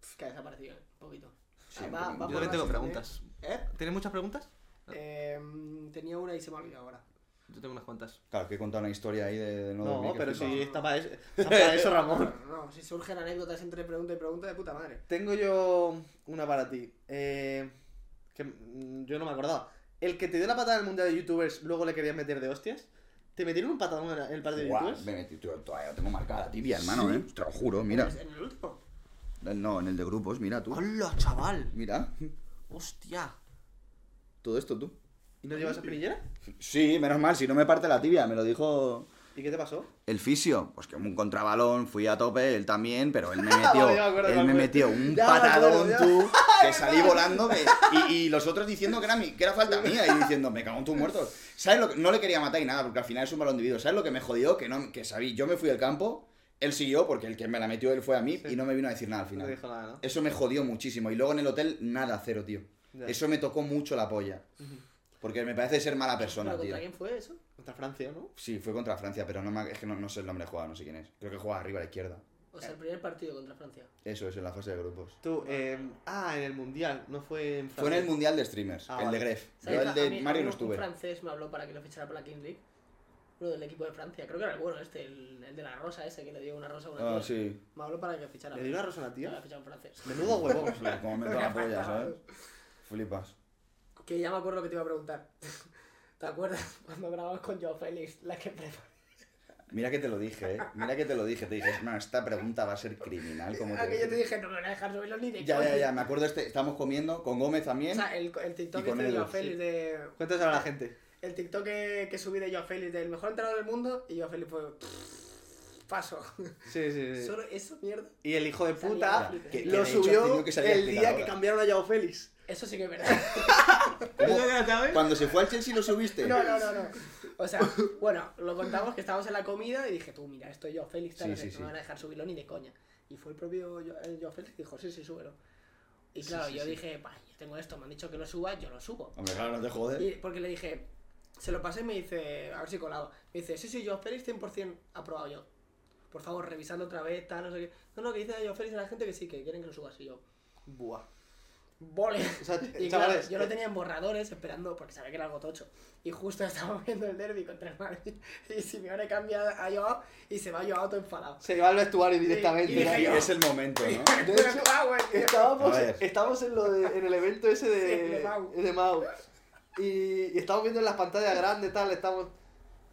Pff, Que ha desaparecido, un poquito.
Sí,
Ah,
un
va-
poco-
va
yo
por
también
la
tengo
siguiente. ¿Eh?
¿Tienes muchas preguntas?
Em, tenía una y se me ha olvidado ahora.
Yo tengo unas cuantas.
Claro, que he contado una historia ahí de, de no
No,
dormir, que
pero
flipa.
si está para eso, está para eso,
Ah.
Ramón.
No, no, si surgen anécdotas entre pregunta y pregunta, de puta madre.
Tengo yo una para ti. Eh, que mm, yo no me acordaba. El que te dio la patada en el mundial de youtubers, luego le querías meter de hostias. ¿Te metieron un patadón en el partido de
Guau,
youtubers?
me metí, tío, todavía lo tengo marcada la tibia, hermano, ¿eh? Te lo juro, mira.
Pues En el último.
No, en el de grupos, mira tú.
¡Hola, chaval!
Mira,
¡Hostia!
todo esto tú.
¿Y no llevas a espinillera?
Sí, menos mal, si no me parte la tibia, me lo dijo
¿Y qué te pasó?
El fisio, pues que un contrabalón, fui a tope, él también, pero él me metió,
Vale, ya me acuerdo,
él
ya
me
me
metió
acuerdo.
un
Ya me acuerdo,
patadón
ya.
tú, que salí volando me- y, y los otros diciendo que era, mi- que era falta mía y yo diciendo, me cago en tus muertos. ¿Sabes lo que? No le quería matar y nada, porque al final es un balón dividido. ¿Sabes lo que me jodió? Que, no, que sabí, yo me fui al campo, él siguió, porque el que me la metió él fue a mí
Sí.
y no me vino a decir nada al
No
final.
te dijo nada, ¿no?
Eso me jodió muchísimo. Y luego en el hotel, nada, cero, tío.
Ya.
Eso me tocó mucho la polla. Porque me parece ser mala persona,
¿Pero
tío.
contra quién fue eso?
Contra Francia, ¿no?
Sí, fue contra Francia, pero no me- es que no, no sé el nombre del jugador, no sé quién es. Creo que juega arriba a la izquierda.
O sea, el primer partido contra Francia.
Eso es, en la fase de grupos.
Tú, eh, ah, en el Mundial, no fue en Francia.
Fue en el Mundial de Streamers,
Ah,
el
vale.
de Gref. Yo
¿Sabes?
el
A
de
mí- a
Mario
mí
no
un-
estuve.
Un francés me habló para que lo fichara para la King League. Uno del equipo de Francia. Creo que era el bueno este, el, el de la rosa ese, que le dio una rosa a una
Ah,
tía.
sí.
Me habló para que fichara.
¿Le dio una rosa a una
Me la
tía?
fichó un francés.
Menudo huevón.
Como me toca la polla, ¿sabes? Flipas.
Que ya me acuerdo lo que te iba a preguntar. ¿Te acuerdas cuando grabamos con Joe Félix la que preparó?
Mira que te lo dije, ¿eh? Mira que te lo dije. Te dije, no, esta pregunta va a ser criminal. Como
Ah, que yo te dije, no me van a dejar subirlo ni de
Ya,
coña.
ya, ya. Me acuerdo, este, estábamos comiendo con Gómez
O
también.
sea, el, el TikTok
Y con
este de
ellos,
Joao Félix,
sí.
de,
Cuéntaselo a la gente.
el TikTok que, que subí de Joao Félix, del mejor entrenador del mundo, y Joao Félix fue... Paso.
Sí, sí, sí.
Solo eso, mierda.
Y el hijo de
Salía
puta
flipper.
Que-
lo
de hecho,
subió
tengo que salir a
el día que
explicadora.
cambiaron a Yao Félix.
Eso sí que es verdad.
¿Cómo?
¿Eso que no sabes?
Cuando se fue al Chelsea lo subiste.
No, no, no, no. O sea, bueno, lo contamos que estábamos en la comida y dije, tú, mira, esto yo, Félix, tal,
Sí,
no sé,
sí,
no
sí.
me van a dejar subirlo ni de coña. Y fue el propio yo, el yo Félix que dijo, sí, sí, súbelo. Y
Sí,
claro,
sí,
yo
sí.
dije, "Bah, yo tengo esto, me han dicho que lo suba, yo lo subo.
Hombre, claro, no te jodes.
¿Eh?
Y porque le dije, se lo pasé y me dice, a ver si colaba. Me dice, sí, sí, yo, Félix 100% aprobado yo. Por favor, revisando otra vez, tal, no sé qué. No, no, que dice yo, Félix a la gente que sí, que quieren que lo subas. Y yo,
Buah.
vole.
O sea, eh,
Y claro,
chavales,
yo lo tenía en borradores esperando, porque sabía que era algo tocho. Y justo estaba viendo el derby contra el Madrid. Y Simeone cambia a Joao y se va Joao todo enfadado.
se va al vestuario
Y dije
directamente.
Y
yo-
es el momento, ¿no?
De
Pero
hecho, eh,
ah, güey, tío.
Estábamos,
A ver.
estábamos en, lo de, en el evento ese de,
Sí, de Mau.
de Mau. Y, y estamos viendo en las pantallas grandes, tal, estamos...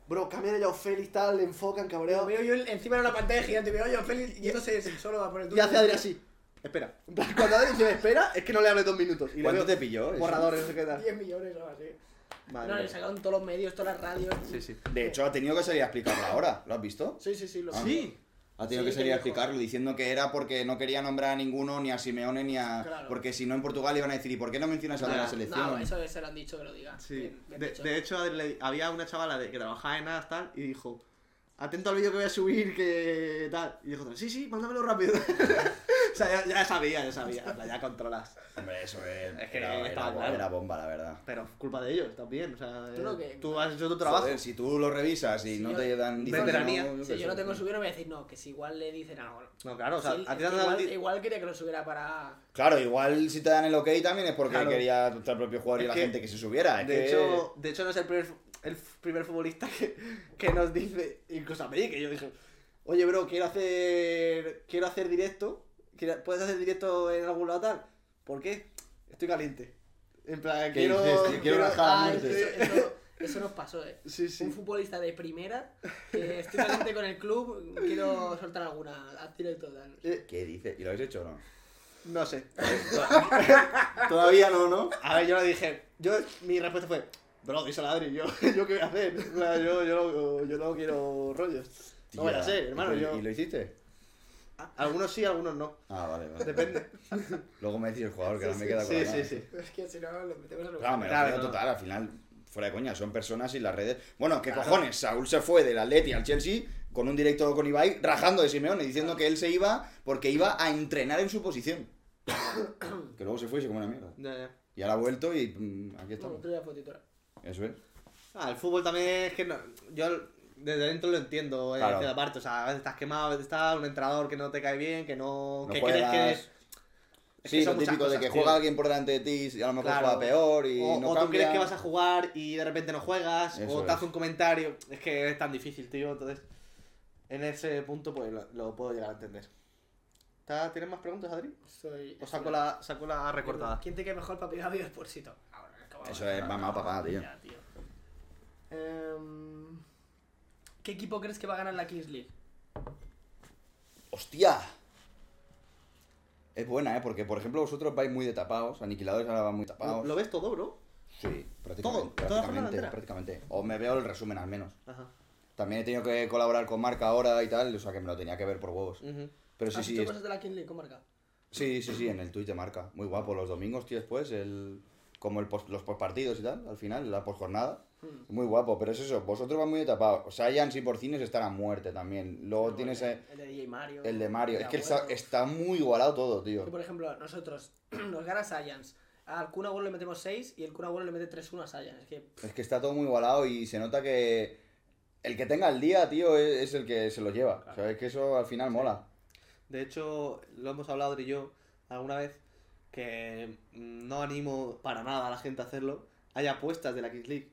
Bro, cambian a Yao Félix, tal, le enfocan,
Lo
cabreado.
veo yo en- encima de una pantalla gigante, veo yo Félix y entonces solo va por el
Y hace Adri así. Espera. En plan, Cuando Adri dice espera, es que no le hable dos minutos. Y le
¿Cuánto
veo
te pilló? eso?
borradores, no sé qué tal.
10 millones o algo así.
Madre
no, le
mía.
sacaron todos los medios, todas las radios.
Sí, sí.
De hecho, ha tenido que salir a explicarlo ahora. ¿Lo has visto?
Sí, sí, sí, lo
Sí.
Ha tenido
Sí,
que salir a
que dijo-
explicarlo diciendo que era porque no quería nombrar a ninguno, ni a Simeone, ni a.
Claro.
Porque si no, en Portugal iban a decir, ¿y por qué no mencionas a la,
Nada,
selección?
No, eso se lo han dicho que lo diga.
Sí,
Bien, bien
de,
dicho.
de hecho Adri le- había una chavala de- que trabajaba en nada tal y dijo, atento al vídeo que voy a subir, que tal. Y dijo, otra, sí, sí, mándamelo rápido. o sea, ya, ya sabía, ya sabía, en plan, ya controlas.
Hombre, eso es.
Es que
era,
estaba
era bo-
claro.
era bomba, la verdad.
Pero culpa de ellos también, o sea,
Yo creo
eh,
que-
tú has hecho tu trabajo.
Joder, si tú lo revisas y
Si
no
yo-
te dan. dicen que
Veteranía.
no,
Si
qué
yo no
sé.
tengo subido, me voy a decir, no, que si igual le dicen algo.
No, claro, o sea,
Sí,
a ti
es
te
que
han dado
igual,
el di-
igual quería que lo subiera para.
Claro, igual si te dan el ok también es porque
Claro.
quería tu tu propio jugador y
Es
la
que-
gente que se subiera. es
De,
que-
hecho, de hecho, no es el primer, fu- el f- primer futbolista que, que nos dice, incluso a mí, que yo dije, oye, bro, quiero hacer, quiero hacer directo, quiero- ¿puedes hacer directo en algún lado tal? ¿Por qué? Estoy caliente. En plan,
¿Qué
quiero...
dices, tío? Quiero rajar a
Ah, eso,
muerte.
eso- eso nos pasó, eh.
Sí, sí.
Un futbolista de primera, que estoy caliente con el club, quiero soltar alguna, haz directo tal.
Eh,
¿Qué dices? ¿Y lo habéis hecho o no?
no sé.
Todavía no, ¿no?
A ver, yo le dije, yo, mi respuesta fue, bro, díselo a Adri, yo, yo qué voy a hacer. O sea, yo, yo, yo no quiero rollos. No voy a
Tía,
hacer, hermano,
¿y-
yo...
¿Y lo hiciste?
Algunos sí, algunos no.
Ah, vale, vale.
Depende.
Luego me decís el jugador, que
Sí,
ahora me
sí,
queda con
Sí,
la
sí,
gana.
sí.
Es que si no, lo metemos en un.
Claro, me lo
Claro,
creo
no.
total, al final, fuera de coña, son personas y las redes... Bueno, ¿qué cojones? Saúl se fue del Atleti al Chelsea con un directo con Ibai rajando de Simeone, diciendo que él se iba porque iba a entrenar en su posición. que luego se fue y se comió una mierda.
Ya, ya.
Y ahora ha vuelto y mm, aquí
No,
estamos.
tú ya fue titular.
Eso es.
Ah, el fútbol también es que no- yo desde dentro lo entiendo, eh,
Claro.
de aparte, o sea, a veces estás quemado, a veces está un entrenador que no te cae bien, que no,
No
que
juegas...
crees que que
Sí,
son
lo
muchas
típico de
cosas, tío.
que juega alguien por delante de ti y a lo mejor
Claro.
juega peor y
o,
no
o tú
cambia.
crees que vas a jugar y de repente no juegas,
Eso
o te
es.
hace un comentario, es que es tan difícil, tío, entonces en ese punto pues lo, lo puedo llegar a entender. ¿Está- ¿Tienes más preguntas, Adri?
Soy.
O saco la, saco la recortada.
¿Quién te queda mejor para pegar videosporcito? Ahora, acabamos.
Eso es mamá o papá, tío.
Ya, tío. Em, ¿Qué equipo crees que va a ganar la Kings League?
¡Hostia! Es buena, ¿eh? Porque, por ejemplo, vosotros vais muy de tapados, aniquiladores ahora van muy
¿Lo,
tapados.
lo ves todo, bro?
Sí, prácticamente.
Todo, toda la jornada
prácticamente,
entera.
prácticamente. O me veo el resumen al menos.
Ajá.
También he tenido que colaborar con marca ahora y tal, o sea que me lo tenía que ver por huevos.
Ujú. Ah,
Pero Pues sí,
¿Has
sí,
hecho
es-
cosas de la King League con marca?
sí, sí, sí, en el Twitch de marca. Muy guapo, los domingos, tío, después, el, como el post- los postpartidos y tal, al final, la postjornada.
Mm.
Muy guapo, pero es eso, vosotros van muy tapados. O sea, Jans y Porcines están a muerte también. Luego tienes eh,
El de DJ Mario.
el de Mario. Es que
Agüero.
está, está muy igualado todo, tío.
Que, por ejemplo, nosotros nos gana Science. Al Kun Agüero le metemos 6 y el Kun Agüero le mete 3-1 a Science. Es que
Es que está todo muy igualado y se nota que el que tenga el día, tío, es, es el que se lo lleva. O sea, es que eso al final mola.
De hecho, lo hemos hablado Adri y yo alguna vez, que mm, no animo para nada a la gente a hacerlo. Hay apuestas de la Kings League,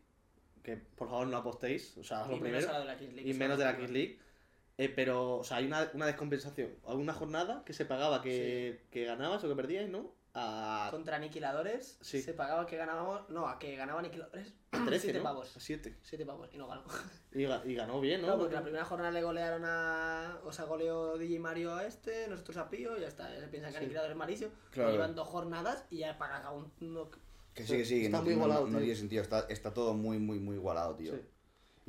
que por favor no apostéis, o sea,
y
lo
menos
primero,
a la de la Kings League.
y
es
menos de
una
la Kings League. Eh, pero, o sea, hay una, una descompensación, alguna jornada que se pagaba que, que ganabas o que perdías, ¿no? A
Contra aniquiladores
Sí.
se pagaba que ganábamos. No, a que ganaba aniquiladores
13,
7
¿no?
pavos.
A 7.
7 pavos y no ganó.
Y, ga- y ganó bien, ¿no?
No, porque la primera jornada le golearon a. O sea, goleó DJ Mario a este, nosotros a Pío, ya está. Ya se piensan que
Sí.
aniquiladores es malísimo.
Claro.
Llevan dos jornadas y ya pagas a un. no-
Que sí, que sí, que
Está
no,
muy
no-
igualado,
no,
tío.
tiene sentido, está, está todo muy, muy, muy igualado, tío.
Sí.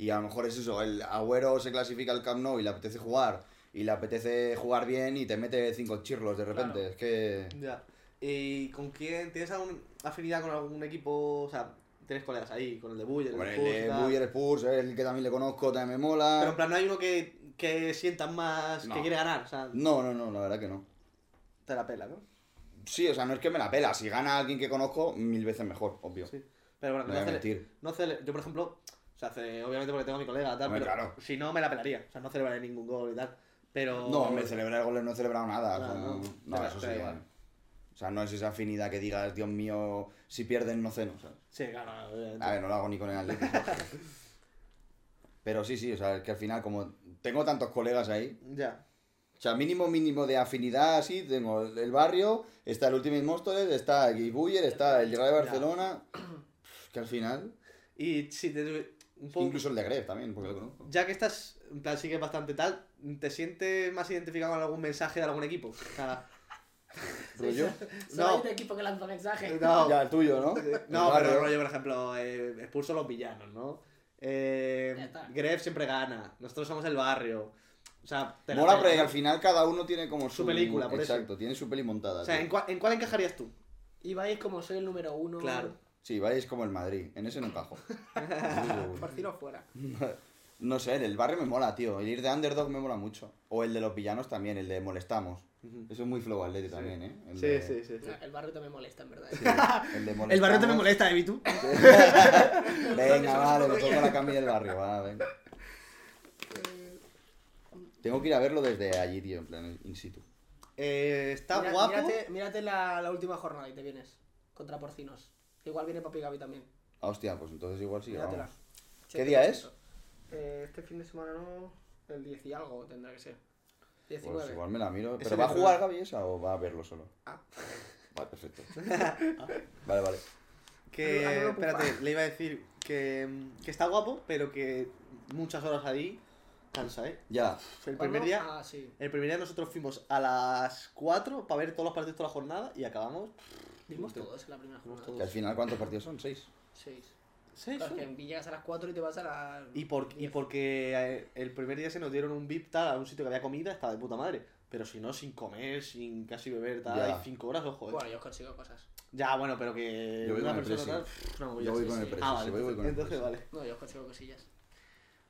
Y a lo mejor es eso, el agüero se clasifica al Camp Nou y le apetece jugar, y le apetece jugar bien y te mete cinco chirlos de repente.
Claro.
Es que...
Ya. ¿Y con quién? ¿Tienes alguna afinidad con algún equipo? O sea, tienes colegas ahí, con el de Buller,
Hombre,
el
el
de
de
Puzzla?
Buyer Spurs, ¿eh? el que también le conozco, también me
Pero en
mola.
plan, no hay uno que, que sientas más,
No.
que quiere ganar, o sea,
No, no, no, la verdad que no.
te la pela, ¿no?
Sí, o sea, no es que me la pela, si gana alguien que conozco, mil veces mejor, obvio.
Sí. Pero bueno,
No
no,
voy a
cele-
mentir.
no cele- yo por ejemplo, o sea, ce- obviamente porque tengo a mi colega, tal,
Hombre,
pero
claro.
si no me la pelaría, o sea, no celebraré ningún gol y tal, pero...
No, hombre, celebrar goles no he celebrado nada.
No,
o sea,
no.
no,
Te la-
eso
te
sí.
da
que-
igual.
O sea, no es esa afinidad que digas, Dios mío, si pierden no ceno, ¿sabes?
Sí, claro, obviamente.
A ver, no lo hago ni con el Atlético. Pero sí, sí, o sea, es que al final, como tengo tantos colegas ahí,
Ya,
o sea, mínimo, mínimo de afinidad, así, tengo el el barrio, está el último Móstoles, está el Buller, está el Real de Barcelona, que al final,
y si te... Un poco...
incluso el de Gref también, porque lo conozco.
Ya que estás, en plan, sigues bastante tal, ¿te sientes más identificado con algún mensaje de algún equipo? O sea,
¿Rollo?
Solo
No.
hay un equipo que lanza mensajes.
no,
Ya, el tuyo, ¿no?
No,
El
pero
barrio.
rollo, por ejemplo, eh, expulso a los villanos, ¿no?
Ya
Eh,
está.
Gref siempre gana. Nosotros somos el barrio. O sea, te la
Mola
pela,
porque
¿no?
al final cada uno tiene como
Su película, por eso.
Exacto, tiene su peli montada.
O sea,
tío.
¿en, cuál- en cuál encajarías tú?
Y vais como soy el número uno.
Claro.
Sí, vais como el Madrid, en ese no encajo.
Por tiro fuera.
no sé, el del barrio me mola, tío. El ir de underdog me mola mucho. O el de los villanos también, el de molestamos.
Ujú.
Eso es muy flow atleti también, ¿eh? El
Sí,
de-
sí, sí. sí.
No, El barrio también molesta, en verdad. ¿eh?
El de molestamos.
El barrio también molesta, ¿eh, tú?
Venga, vale, me pongo la cami del barrio, va, venga.
Eh,
Tengo que ir a verlo desde allí, tío, en plan, in situ.
Eh, está
Mira-
guapo.
Mírate, mírate la, la última jornada y te vienes. Contra porcinos. Igual viene Papi Gaby también.
Ah, hostia, pues entonces igual sí,
Míratela.
vamos. ¿Qué
Sí, te
día
lo
es?
siento. Eh, este fin de semana no. El 10 y algo tendrá que ser. 19.
Pues igual me la miro.
Ese
¿Pero va a
día-
jugar Gaby esa o va a verlo solo?
Ah.
Vale, perfecto. Vale, vale.
Que,
A mí me preocupa.
espérate, le iba a decir que, que está guapo, pero que muchas horas ahí cansa, ¿eh?
Ya.
El
¿Cuándo?
primer día...
Ah, sí.
El primer día nosotros fuimos a las 4 para ver todos los partidos de toda la jornada y acabamos
Dimos todos en la primera
Dimos
jornada.
todos.
Que al final, ¿cuántos partidos son? ¿Seis?
6.
seis,
Claro,
¿no?
que en Villa llegas a las 4 y te vas a las.
Y, por, y
diez.
porque eh, el primer día se nos dieron un VIP tal, a un sitio que había comida, estaba de puta madre. Pero si no, sin comer, sin casi beber, tal,
Ya.
hay cinco horas, ojo. eh.
Bueno, yo consigo cosas.
Ya, bueno, pero que
Yo voy
una
con el
persona tal, una movida
Yo voy
así.
con el
sí.
precio.
Ah, vale,
sí, voy, voy con el
entonces
precio.
vale.
No, yo consigo cosillas.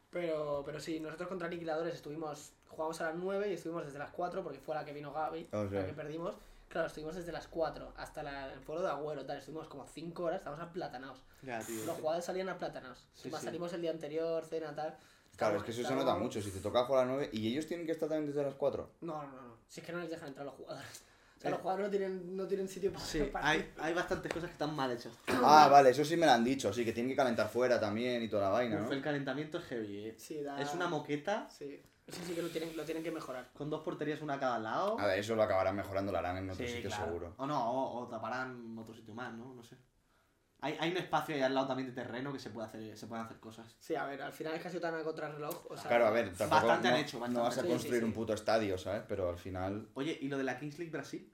Pero, pero sí, nosotros contra Aniquiladores estuvimos. Jugamos a las 9 y estuvimos desde las 4 porque fue la que vino Gaby,
Ah,
O sea.
la que perdimos. Claro, estuvimos desde las 4 hasta la- el pueblo de Agüero, tal. Estuvimos como 5 horas, estábamos aplatanados.
Ya, tío.
Los jugadores salían aplatanados.
Sí,
Más
sí.
salimos el día anterior, cena, tal.
Claro,
Estábamos-
es que eso se
estábamos-
nota mucho. Si te toca jugar a las nueve y ellos tienen que estar también desde las cuatro.
No, no, no, no. Si es que no les dejan entrar los jugadores. O sea,
Eh.
los jugadores no tienen, no tienen sitio para
Sí,
para-
hay, hay bastantes cosas que están mal hechas.
Ah, vale, eso sí me lo han dicho. Sí, que tienen que calentar fuera también y toda la vaina,
Uf, el
¿no?
calentamiento es heavy, eh.
Sí, da-
Es una moqueta
Sí. Eso sí que lo tienen, lo tienen que mejorar.
con dos porterías, una a cada lado.
A ver, eso lo acabarán mejorando, lo harán Ah, en otro
Sí,
sitio
claro.
seguro.
O no, o, o taparán otro sitio más, ¿no? No sé. Hay, hay un espacio ahí al lado también de terreno que se puede hacer, se pueden hacer cosas.
Sí, a ver, al final es casi tan a contrarreloj. O sea,
Claro, a ver, tampoco
Bastante
no,
han hecho, bastante
no vas a
han
hecho.
construir
Sí, sí,
un
sí.
puto estadio, ¿sabes? Pero al final,
Oye, ¿y lo de la Kings League Brasil?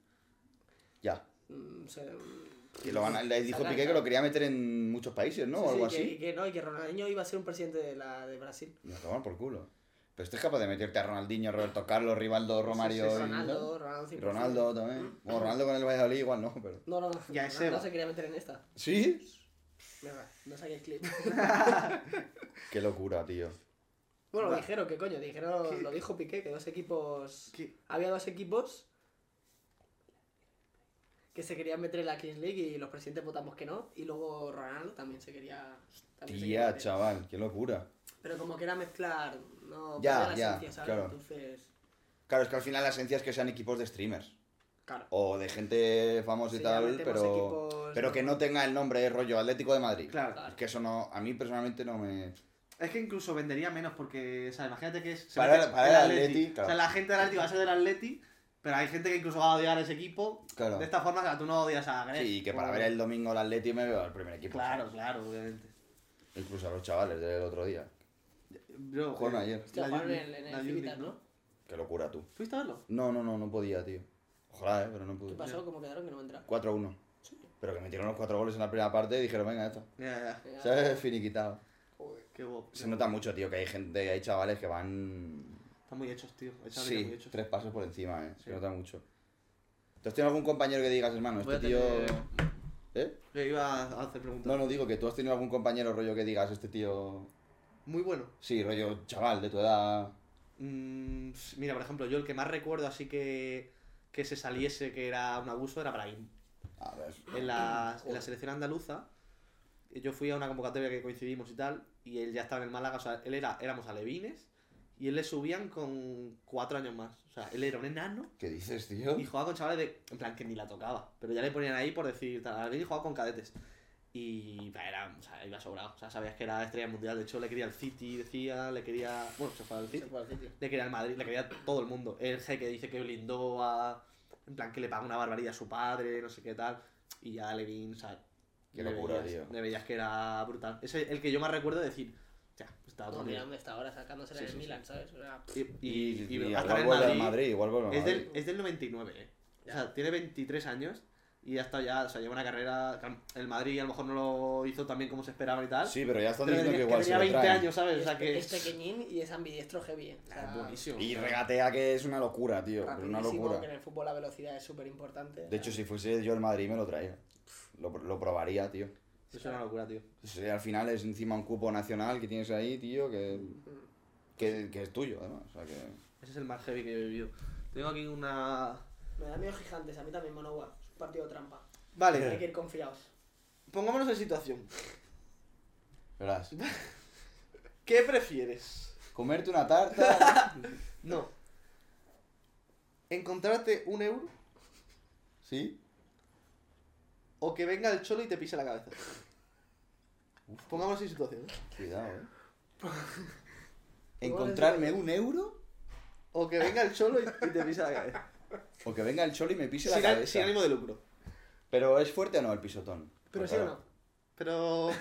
ya.
mm, se- mm,
Que lo van a- le dijo
Sacar,
Piqué que
claro.
lo quería meter en muchos países, ¿no?
Sí,
o algo
sí,
así.
Que, que no, y que Ronaldinho iba a ser un presidente de, la, de Brasil.
Y a tomar por culo. Pero este es capaz de meterte a Ronaldinho, Roberto Carlos, Rivaldo, Romario
Sí, sí,
y-
Ronaldo, Ronaldo,
y
100%.
Ronaldo también. Bueno, Ronaldo con el Valladolid igual no, pero.
No, no, no.
Ya, ese
Ronaldo
va.
se quería meter en esta.
¿Sí?
Mierda, no saqué el clip.
Qué locura, tío.
Bueno,
Va.
dijeron, ¿qué coño? Dijeron,
¿Qué?
lo dijo Piqué, que dos equipos...
¿Qué?
Había dos equipos que se querían meter en la Kings League y los presidentes votamos que no. Y luego Ronaldo también se quería... también se quería
Tía,
meter.
chaval, qué locura.
Pero como que era mezclar, no...
Ya,
perder la
ya,
esencia, ¿sabes?
claro.
Entonces,
Claro, es que al final la esencia es que sean equipos de streamers.
claro.
O de gente famosa y
Sí, ya
tal,
metemos
pero.
equipos-
Pero que no tenga el nombre eh, rollo Atlético de Madrid.
Claro.
Claro.
Es que eso no. A mí personalmente no me.
Es que incluso vendería menos porque, o sea, imagínate que es. se
Para-
mete
para el Atleti, claro.
O sea, la gente del Atleti va a ser del Atleti, pero hay gente que incluso va a odiar ese equipo.
Claro.
De esta forma, o sea, tú no odias a Greg.
Sí, que para
Bueno,
ver el domingo el Atleti me veo al primer equipo.
Claro, claro, obviamente.
Incluso a los chavales del otro día.
Bro,
Jugaron
eh,
ayer.
Hostia,
la
jugaron
Juventus-
en, en
la
el Civitas,
Juventus,
¿no?
Qué locura tú.
¿Fuiste a verlo?
No, no, no, no podía, tío. Ojalá, eh, pero no pude.
¿Qué pasó? ¿Cómo quedaron que no entraron?
4-1. Pero que metieron los cuatro goles en la primera parte y dijeron, venga, esto.
Ya, ya.
Venga,
¿Sabes? Finiquitado.
Qué guapo.
Se nota mucho, tío, que hay gente, hay chavales que van.
Están muy hechos, tío. Hay chavales muy
Sí,
hechos.
tres pasos por encima, eh. Se
Sí.
nota mucho. ¿Tú has tenido algún compañero que digas, hermano,
Voy
este
a
tío.
tener-
¿Eh?
Le iba a hacer preguntas.
No, no digo que tú has tenido algún compañero rollo que digas, este tío.
Muy bueno.
Sí, rollo chaval de tu edad.
Mm, mira, por ejemplo, yo el que más recuerdo así que, que se saliese que era un abuso era Brahim.
A ver.
En la, en la
Joder.
selección andaluza, yo fui a una convocatoria que coincidimos y tal, y él ya estaba en el Málaga, o sea, él era, éramos alevines, y él le subían con cuatro años más. O sea, él era un enano
¿Qué dices, tío?
y jugaba con chavales de. En plan, que ni la tocaba. Pero ya le ponían ahí por decir. Tal, Alvin y jugaba con cadetes. Y bah, era, o sea, iba sobrado. O sea, sabías que era estrella mundial. De hecho, le quería el City, decía, le quería. Bueno, se fue al
se
City.
fue al City.
Le quería el Madrid, le quería todo el mundo. El jeque dice que blindó a. En plan, que le pagó una barbaridad a su padre, no sé qué tal. Y ya Levin, o sea.
Qué
le
locura,
veías-
tío.
Le veías que era brutal. Es el el que yo más recuerdo decir. pues, Ya, está a otro
No, mira
nivel.
dónde está ahora sacándose
Ah, Sí,
en el
sí,
Milan, ¿sabes? O sea,
Y, y, y va a estar
igual
en
vuelve al
Madrid.
Madrid, igual vuelve al
Es
Madrid.
del, es del 99, eh. O sea, tiene 23 años y hasta ya, o sea, lleva una carrera. claro, El Madrid a lo mejor no lo hizo tan bien como se esperaba y tal.
Sí, pero ya están
pero
diciendo
tenía,
que igual
que
se
tenía
lo
20
traen.
años, ¿sabes? O
es,
sea que.
es pequeñín y es ambidiestro heavy, eh. O
Ah,
sea,
es buenísimo.
Y
o sea,
regatea que es una locura, tío. Pero una
rapidísimo,
locura.
Ah, que en el fútbol la velocidad es súper importante.
De hecho, si fuese yo el Madrid me lo traía. Lo, lo probaría, tío.
Es una locura, tío.
Sí, al final es encima un cupo nacional que tienes ahí, tío, que,
Mm.
que, que es tuyo, además. O sea, que...
Ese es el más heavy que yo he vivido. Tengo aquí una.
Me da miedo gigantes, a mí también Monogua. Es un partido trampa. Hay que
Vale,
ir confiados.
pongámonos en situación.
Verás.
¿Qué prefieres?
Comerte una tarta.
No. ¿Encontrarte un euro
¿Sí?
o que venga el cholo y te pise la cabeza? Pongámonos en situación. ¿eh?
Cuidado, eh. ¿Encontrarme un euro?
O que venga el cholo y, y te pise la cabeza.
O que venga el cholo y me pise la
Sin,
cabeza.
sin ánimo de lucro.
Pero es fuerte o no el pisotón.
Pero
Pues
sí o
claro.
no.
Pero.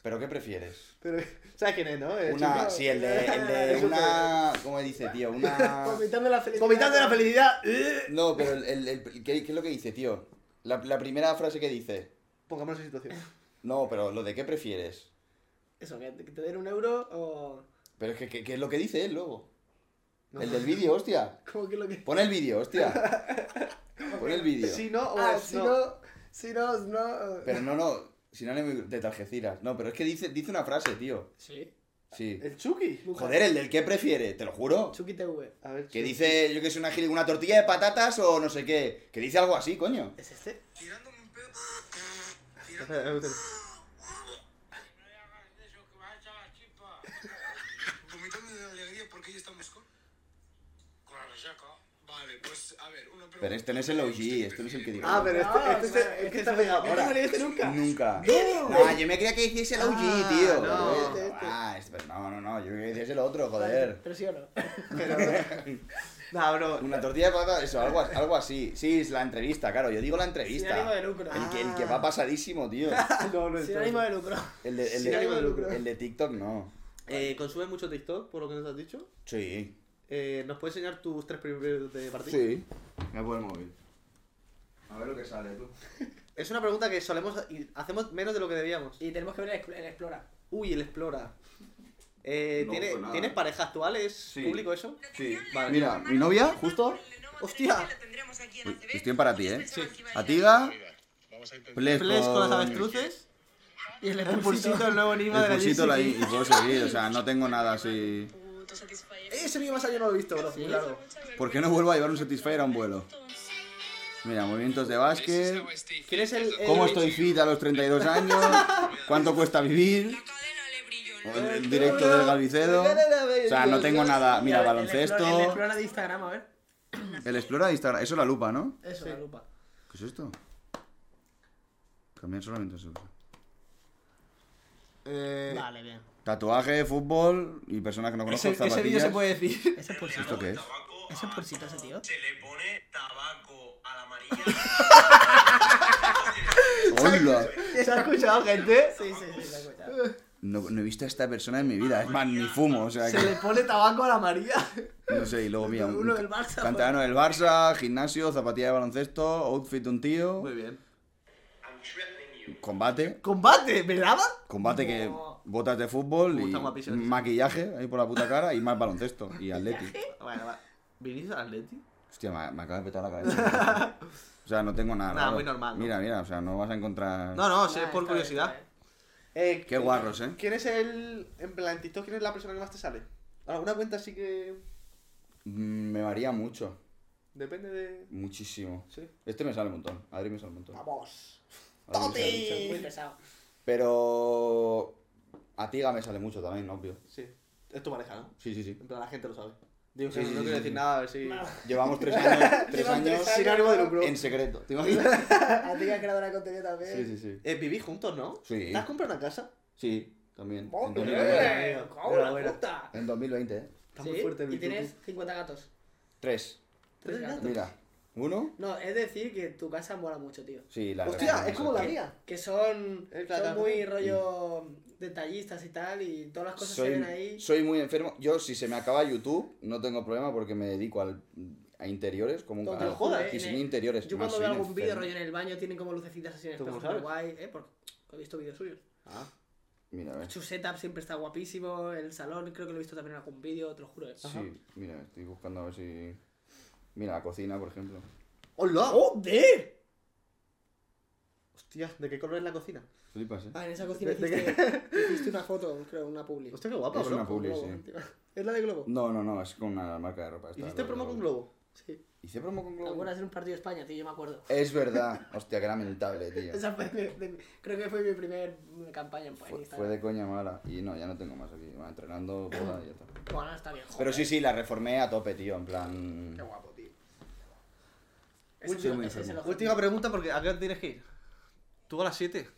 ¿Pero qué prefieres?
pero ¿Sabes quién es, no?
Eh,
El
Una,
cholo.
sí, el de, el de
Eso
una. ¿Cómo dice, tío? Una.
Vomitando la felicidad.
Comitán de la felicidad. ¡eh!
No, pero el, el- el- ¿qué, qué es lo que dice, tío? La, la primera frase que dice.
Pongámonos en situación.
No, pero lo de qué prefieres.
Eso, que que te den un euro o.
Pero es que, que- que es lo que dice él luego?
No.
El del vídeo, hostia.
¿Cómo que lo que.?
Pon el vídeo, hostia. Pon el vídeo.
Si no, o
Ah,
es
si no. Si no, no.
Pero no, no. Si no, de Targeciras. No, pero es que dice, dice una frase, tío.
Sí.
Sí.
El Chucky.
Joder, el del qué prefieres, te lo juro.
Chucky TV.
A ver,
Que
Chucky.
dice, yo que sé, una, gil- una tortilla de patatas o no sé qué. Que dice algo así, coño.
¿Es este?
tirándome un pedo.
Espera, espera.
No le hagas eso, que vas a echar la chispa. Vomitando de alegría porque hoy está moscón. Con la resaca. Vale, pues a ver, una pregunta.
Pero este no es el OG, este no es el que dijo.
Ah, pero este,
No,
este, es el-
claro,
el que
este
está
es-
pegado
Yo no
ahora.
me lo hice nunca.
Nunca.
¡No!
No, yo me creía que hiciese el OG,
Ah,
tío.
no.
Pero-
Este, este.
Ah, este- pero no, no, no, yo creía que hiciese el otro, joder.
Pero sí o no.
Nah, bro.
Una tortilla de patatas, eso, algo, algo así. Sí, es la entrevista, claro, yo digo la
Sin ánimo
entrevista.
de lucro.
El que, el
Ah.
que va pasadísimo, tío.
No, no es
Sin
todo.
ánimo de lucro.
El de, el
Sin
de-
ánimo de lucro.
el de TikTok no.
Eh, ¿Consumes mucho TikTok, por lo que nos has dicho?
Sí.
Eh, ¿Nos puedes enseñar tus tres primeros de partido?
Sí. Me puedo el móvil. A ver lo que sale, tú.
Es una pregunta que solemos y hacemos menos de lo que debíamos.
Y tenemos que ver el, Expl- el Explora.
Uy, el Explora. Eh,
No,
¿tiene-
pues nada.
¿Tienes pareja actual? ¿Es
Sí.
público eso?
Sí,
Vale.
mira, mi novia, justo.
Hostia.
Uy, estoy para ti, eh.
Sí.
Atiga,
Vamos a intentar.
Ples
Flex con las
con-
avestruces.
Y el expulsito, el nuevo enigma
El pulsito la
GCG.
y puedo seguir, o sea, no tengo nada así.
Eh, Ese vídeo más allá no lo he visto, bro. Claro.
¿Por qué no vuelvo a llevar un Satisfyer a un vuelo? Mira, movimientos de básquet. Eh,
¿Quién es el, el-
¿Cómo estoy fit a los 32 años? ¿Cuánto cuesta vivir? El directo del Galvicedo. O sea, no tengo nada. Mira,
El- el Explora- El
baloncesto.
Explora de Instagram, a ver.
El Explora de Instagram. Eso es la lupa, ¿no?
Eso, la lupa.
¿Qué es esto? Cambiar solamente eso.
Eh,
Vale, bien.
Tatuaje, fútbol y personas que no conozco.
ese, ese vídeo
zapatillas.
se puede decir.
Ese expulsito.
¿Esto qué es?
Ese expulsito, ese tío.
Se le pone tabaco a la amarilla.
¡Hola!
¿Se ha escuchado, gente?
Sí, sí, sí, la escuchado.
No, no he visto a esta persona en mi vida. Es más, ni fumo. O sea,
Se le
que,
pone tabaco a la María.
no sé. Y luego, mira. un-
Uno del Barça,
Canterano del Barça, gimnasio, zapatilla de baloncesto, outfit de un tío.
bien.
Combate.
¿Combate? ¿Me lava?
Combate que botas de fútbol
Está
y
guapísimo.
maquillaje ahí por la puta cara y más baloncesto y atleti.
Bueno, va. ¿Viniste al Atleti?
Hostia, me, me acaba de petar la cabeza. O sea, no tengo nada.
Nada,
raro.
muy normal, ¿no?
Mira, mira, o sea, no vas a encontrar.
No, no, sé
Nah,
por
Ah, está bien,
curiosidad.
está bien.
Eh,
Qué guarros, ¿eh?
¿Quién es el. En plan, en TikTok, ¿quién es la persona que más te sale? ¿Alguna cuenta sí que.
Mm, Me varía mucho.
Depende de.
Muchísimo.
Sí.
Este me sale un montón. Adri me sale un montón.
Vamos.
Adri me sale
¡Toti!
mucho.
Muy pesado.
Pero. A Tiga me sale mucho también, obvio.
Sí. Es tu pareja, ¿no?
Sí, sí, sí.
En plan, la gente lo sabe. Digo,
Sí,
que
sí,
no
sí,
quiero
sí.
decir nada, a ver si.
Llevamos tres años, tres
Llevan
años
tres Sin ánimo de lucro.
en secreto. ¿Te imaginas?
A ti que has creado una contenido también.
Sí, sí, sí.
Eh, ¿Vivís juntos, no?
Sí.
¿Te has comprado una casa?
Sí, también. En
¡Hombre!
2020.
Entonces, bueno,
¡Cago en Eh, la
bueno.
puta!
En 2020, ¿eh?
Está
Sí,
muy fuerte el
Y
Bluetooth.
tienes 50 gatos.
Tres.
¿Tres gatos?
Mira. Uno.
No, es decir, que tu casa mola mucho, tío.
Sí, la
Hostia,
verdad
es como la
que-
mía.
Que son,
Eh, claro,
son
claro.
muy rollo detallistas y tal, y todas las cosas se ven ahí.
Soy, soy muy enfermo. Yo, si se me acaba YouTube, no tengo problema porque me dedico al, a interiores como un
Todo
carajo.
el juego, eh,
Y
en
sin
el-
interiores.
Yo
más
cuando veo
soy un
algún vídeo
enfermo.
rollo en el baño, tienen como lucecitas así en el
¿Tú cómo
espejo,
sabes?
guay, eh, porque he visto vídeos suyos.
Ah. Mira, a ver.
Su setup siempre está guapísimo, el salón creo que lo he visto también en algún vídeo, te lo juro. eh.
Sí, mira, estoy buscando a ver si. Mira, la cocina, por ejemplo.
¡Hola!
¡Joder!
Hostia, ¿de qué color es la cocina?
Flipas, ¿eh?
Ah, en esa cocina
¿De- de
hiciste, hiciste una foto, creo, una publi.
Hostia, qué guapa,
Es
bro.
una publi,
Globo,
sí.
tío. ¿Es la de Globo?
No, no, no, es con una marca de ropa. esta,
¿Hiciste
lo-
promo
lo-
con Globo?
Sí.
¿Hice promo con
¿Te
Globo?
acuerdas en un partido de España, tío? Yo me acuerdo.
Es verdad. Hostia, qué lamentable, eh, tío.
Esa fue mi- de- creo que fue mi primer campaña en
Fue,
Instagram.
fue de coña mala. Y no, ya no tengo más aquí. Va entrenando, boda y ya está.
Bueno, está bien.
Pero
joder.
sí, sí, la reformé a tope, tío. En plan.
Qué guapo, tío.
Uy,
Ese
soy
es-
muy
ese es el
enfermo.
ojo.
Última pregunta, porque ¿a qué hora tienes que ir? Tú a las 7.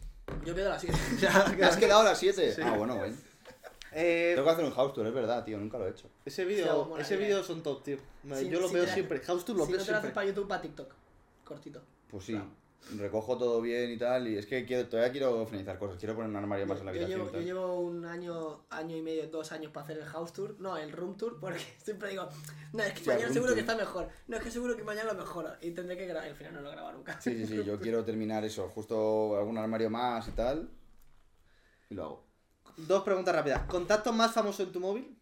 Yo quedo así.
¿Te has quedado a las 7? Ah, bueno, güey.
eh,
Tengo que hacer un house tour, es verdad, tío. Nunca lo he hecho.
ese
Sí,
vídeo
vamos,
ese
mira.
vídeo son top, tío. Me-
Si-
Yo lo
si
veo
te-
siempre. House Tour lo
Si
veo
no te lo haces
siempre.
para YouTube, para TikTok. Cortito.
Pues sí. Recojo todo bien y tal. Y es que quiero, todavía quiero finalizar cosas. Quiero poner un armario más en la
Yo
habitación.
llevo,
y tal.
yo llevo un año, año y medio, dos años para hacer el house tour. No, el room tour, porque siempre digo, no, es que
Hostia,
mañana
room
seguro que
tour.
está mejor. No, es que seguro que mañana lo mejoro. Y tendré que grabar. Al final no lo grabo nunca.
Sí, sí, sí. Yo quiero terminar eso. Justo algún armario más y tal. Y lo hago.
Dos preguntas rápidas. ¿Contacto más famoso en tu móvil?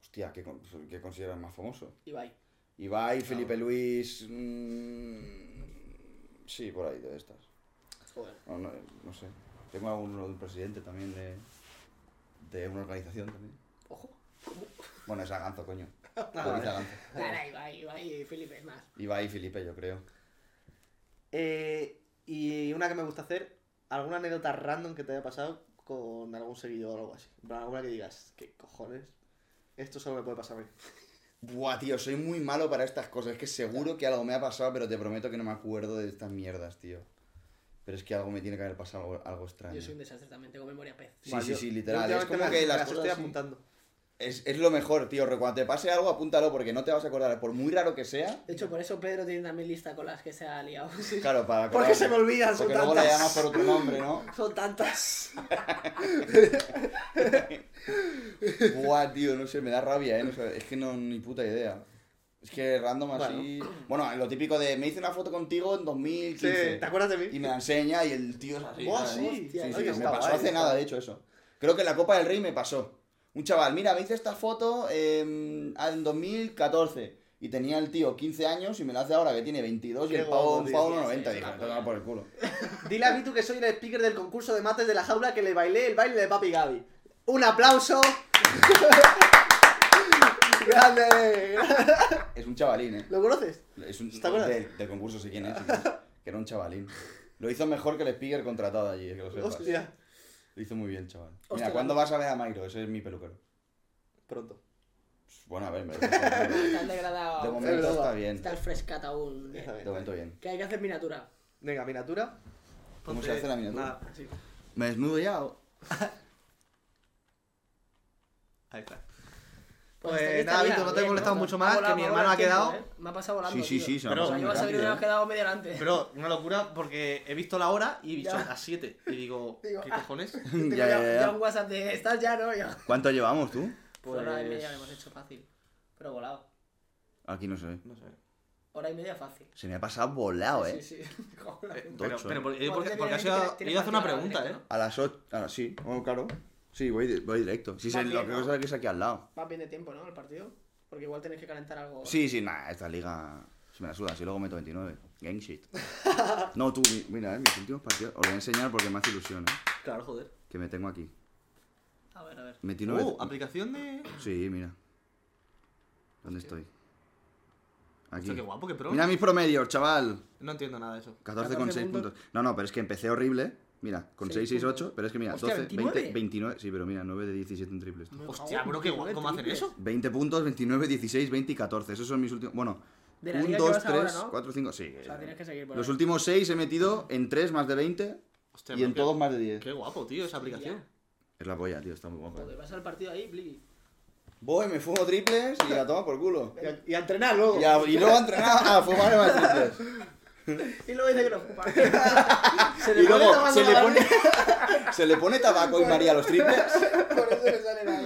Hostia, ¿qué, con- qué consideras más famoso?
Y bye.
Ibai, Felipe Luis. mm, sí, por ahí, de estas.
Joder.
No, no, no sé. Tengo alguno de un presidente también de. de una organización también.
Ojo.
Bueno, es Aganzo, coño.
Ah,
Boris
vale.
Aganzo.
Cara, Ibai, Ibai, Felipe, es más.
Ibai y Felipe, yo creo.
Eh, y una que me gusta hacer, alguna anécdota random que te haya pasado con algún seguidor o algo así. En plan, Alguna que digas, ¿qué cojones? Esto solo me puede pasar a mí.
Buah, tío, soy muy malo para estas cosas. Es que seguro que algo me ha pasado, pero te prometo que no me acuerdo de estas mierdas, tío. Pero es que algo me tiene que haber pasado, algo, algo extraño.
Yo soy un desastre también, tengo memoria pez.
Sí,
Vale,
sí,
yo-
sí,
yo
literal. Es
últimamente
como
me-
que
me
las
las estoy
cosas... así-
apuntando.
Es, es lo mejor, tío. Cuando te pase algo, apúntalo porque no te vas a acordar. Por muy raro que sea,
De hecho, por eso Pedro tiene también lista con las que se ha liado.
claro, para
Porque
acordarte.
se me olvidan, son
Porque luego la llamas
tantas.
por otro nombre, ¿no?
Son tantas.
Buah, tío, no sé, me da rabia, ¿eh? No sé, es que no, ni puta idea. Es que random
Bueno.
así. Bueno, lo típico de me hice una foto contigo en 2015.
Sí, ¿te acuerdas de mí?
Y me la enseña y el tío es así.
¡Buah,
¿sabes?
sí!
Sí,
Ay,
sí,
que
me
está
pasó
guay,
hace
está
nada,
guay.
de hecho, eso. Creo que en la Copa del Rey me pasó. Un chaval, mira, me hice esta foto eh, en 2014 y tenía el tío 15 años y me la hace ahora que tiene 22 y
Qué
el pavo,
guapo,
un
tío.
pavo
Sí,
90.
sí,
Dije,
la
"Te va por el culo.
Dile a Vitu que soy el speaker del concurso de mates de la jaula que le bailé el baile de Papi Gaby. ¡Un aplauso! ¡Grande!
Es un chavalín, ¿eh?
¿Lo conoces?
Es un,
¿Te acuerdas?
del, del concurso, si quién es. sí quién es. que era un chavalín. Lo hizo mejor que el speaker contratado allí, eh, que lo sepas.
Hostia.
Lo hizo muy bien, chaval.
Hostia,
Mira, ¿cuándo
la-
vas a ver a Mairo? Ese es mi peluquero.
Pronto.
Bueno, a ver, me De
Está degradado.
momento
broma.
está bien.
Está el
De
frescata aún.
Está bien.
momento bien.
Que hay que hacer miniatura.
Venga, miniatura.
¿Cómo
Ponte-
se hace la miniatura?
Nada.
Así.
¿Me desnudo ya o...?
Ahí está.
Pues
Pues
esta- esta
nada,
vida,
Víctor, no te he
bien,
molestado
¿no?
mucho
Ha
más,
volado,
que mi
ha volado
hermano ha
el
quedado.
tiempo, ¿eh? Me ha pasado volando.
Sí, sí, sí, se me ha
Pero-
pasado
Yo
muy
vas a ver
rápido,
que
¿eh?
nos quedado media delante.
Pero una locura porque he visto la hora y he visto
Ya.
a 7. Y digo,
Digo,
¿qué
ah.
cojones?
Tengo
Ya,
ya,
ya, ya.
ya un WhatsApp de estás ya, ¿no? Yo.
¿Cuánto llevamos tú?
Pues-
Hora y media lo hemos hecho fácil. Pero volado.
Aquí no sé.
No sé.
Hora y media fácil.
Se me ha pasado
Ah,
volado, ¿eh?
Sí, sí. Joder.
Eh, Pero,
Tocho,
pero
eh.
por- eh,
Bueno,
porque,
tiene-
porque ha
tiene-
sido.
tiene
He ido a hacer una
partido ahora
pregunta, ¿eh?
directo,
A las 8... Ah, sí. Bueno, claro. Sí, voy, di- voy directo. Sí, sé
Vas
lo
bien,
que
¿no?
pasa es que es aquí al lado.
¿eh?
Vas bien de tiempo, ¿no? El partido. Porque igual tenéis que calentar algo.
Sí, sí, nada, esta liga... Se me la suda, si luego meto 29. Game shit. No, tú, mi- mira, eh, mis últimos partidos... Os lo voy a enseñar porque me hace ilusión, ¿eh?
Claro, joder.
Que me tengo aquí.
A ver, a ver.
29...
Uh, aplicación de.
Sí, mira. ¿Dónde estoy? Aquí.
Hostia, qué guapo, qué pro.
Mira mis promedios, chaval.
No entiendo nada de eso.
14,6 puntos. No, no, pero es que empecé horrible. Mira, con
Seis
6, 6,
puntos.
8. Pero es que mira,
Hostia,
12, 20,
29.
29. Sí, pero mira, 9 de 17 en triples.
Me
Hostia,
cago en
bro, qué
19
guapo. ¿Cómo hacen
triples.
eso?
20 puntos, 29, 16, 20 y 14. Esos son mis últimos. Bueno,
De la
1,
liga que
2,
vas ahora,
3,
¿no?
4, 5. Sí.
O sea, tienes que seguir por
Los
ahí.
últimos 6 he metido en 3 más de 20
Hostia,
y en
bro, qué-
todos más de 10.
Qué guapo, tío, esa aplicación.
Es la polla, tío, está muy guapo.
Joder, vas al partido ahí, Bligi.
Voy, me fumo triples y la toma por culo.
Y a, y a entrenar luego.
Y, a- y luego a entrenar a fumar más triples.
Y luego dice que no ocupa.
Se
Y luego
tomando
se le
la
pone,
barbilla.
se le pone tabaco y María a los triples.
Por eso le sale la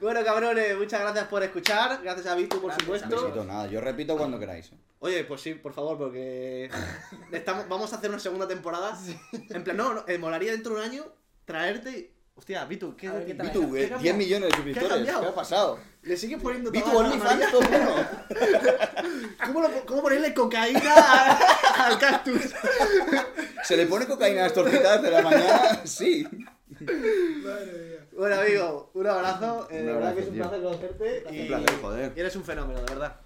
Bueno, cabrones, muchas gracias por escuchar. Gracias a Vitu, por
Gracias,
supuesto.
Vitu.
Necesito nada, yo repito cuando queráis. ¿eh?
Oye, pues sí, por favor, porque estamos, vamos a hacer una segunda temporada. En plan, no, no, eh, molaría dentro de un año traerte. Hostia, Vitu, ¿qué,
A ver, ¿qué tal?
Vitu, eh, 10 millones de suscriptores. ¿Qué
cambiado?
ha pasado?
Le sigues poniendo
Vitu,
tabaco a la
OnlyFans,
María?
todo bueno.
¿Cómo, lo- cómo ponerle cocaína a- al cactus?
¿Se le pone cocaína a las tortitas de la mañana? Sí.
Bueno, amigo, un abrazo. Eh,
Un
de verdad
abrazo,
que es un
tío.
placer conocerte.
Un
y-
placer, joder.
Y eres un fenómeno, de verdad.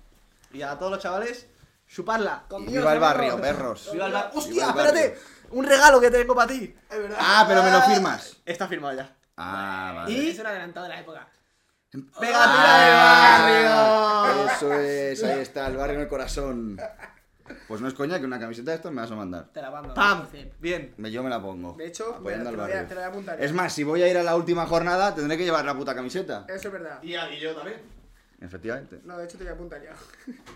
Y a todos los chavales, chuparla.
Y
Conmigo,
viva el barrio,
amigos.
perros.
Viva el bar- ¡Hostia,
Viva el barrio.
espérate! Un regalo que tengo para ti.
Es verdad.
Ah, pero me lo firmas.
Está firmado ya.
Ah, vale.
Y es un adelantado de la época.
Ah, ¡Pégatela de barrio!
Ah, Eso es, ahí está, el barrio en el corazón. Pues no es coña que una camiseta de estas me vas a mandar.
Te la mando.
¡Pam!
Sí.
Bien.
Me- Yo me la pongo.
De hecho,
apoyando al
mira, te lo voy a-
barrio.
te lo voy a apuntar. eh.
Es más, si voy a ir a la última jornada, tendré que llevar la puta camiseta.
Eso es verdad.
Y, yo también.
Efectivamente.
No, de hecho te voy a apuntar ya.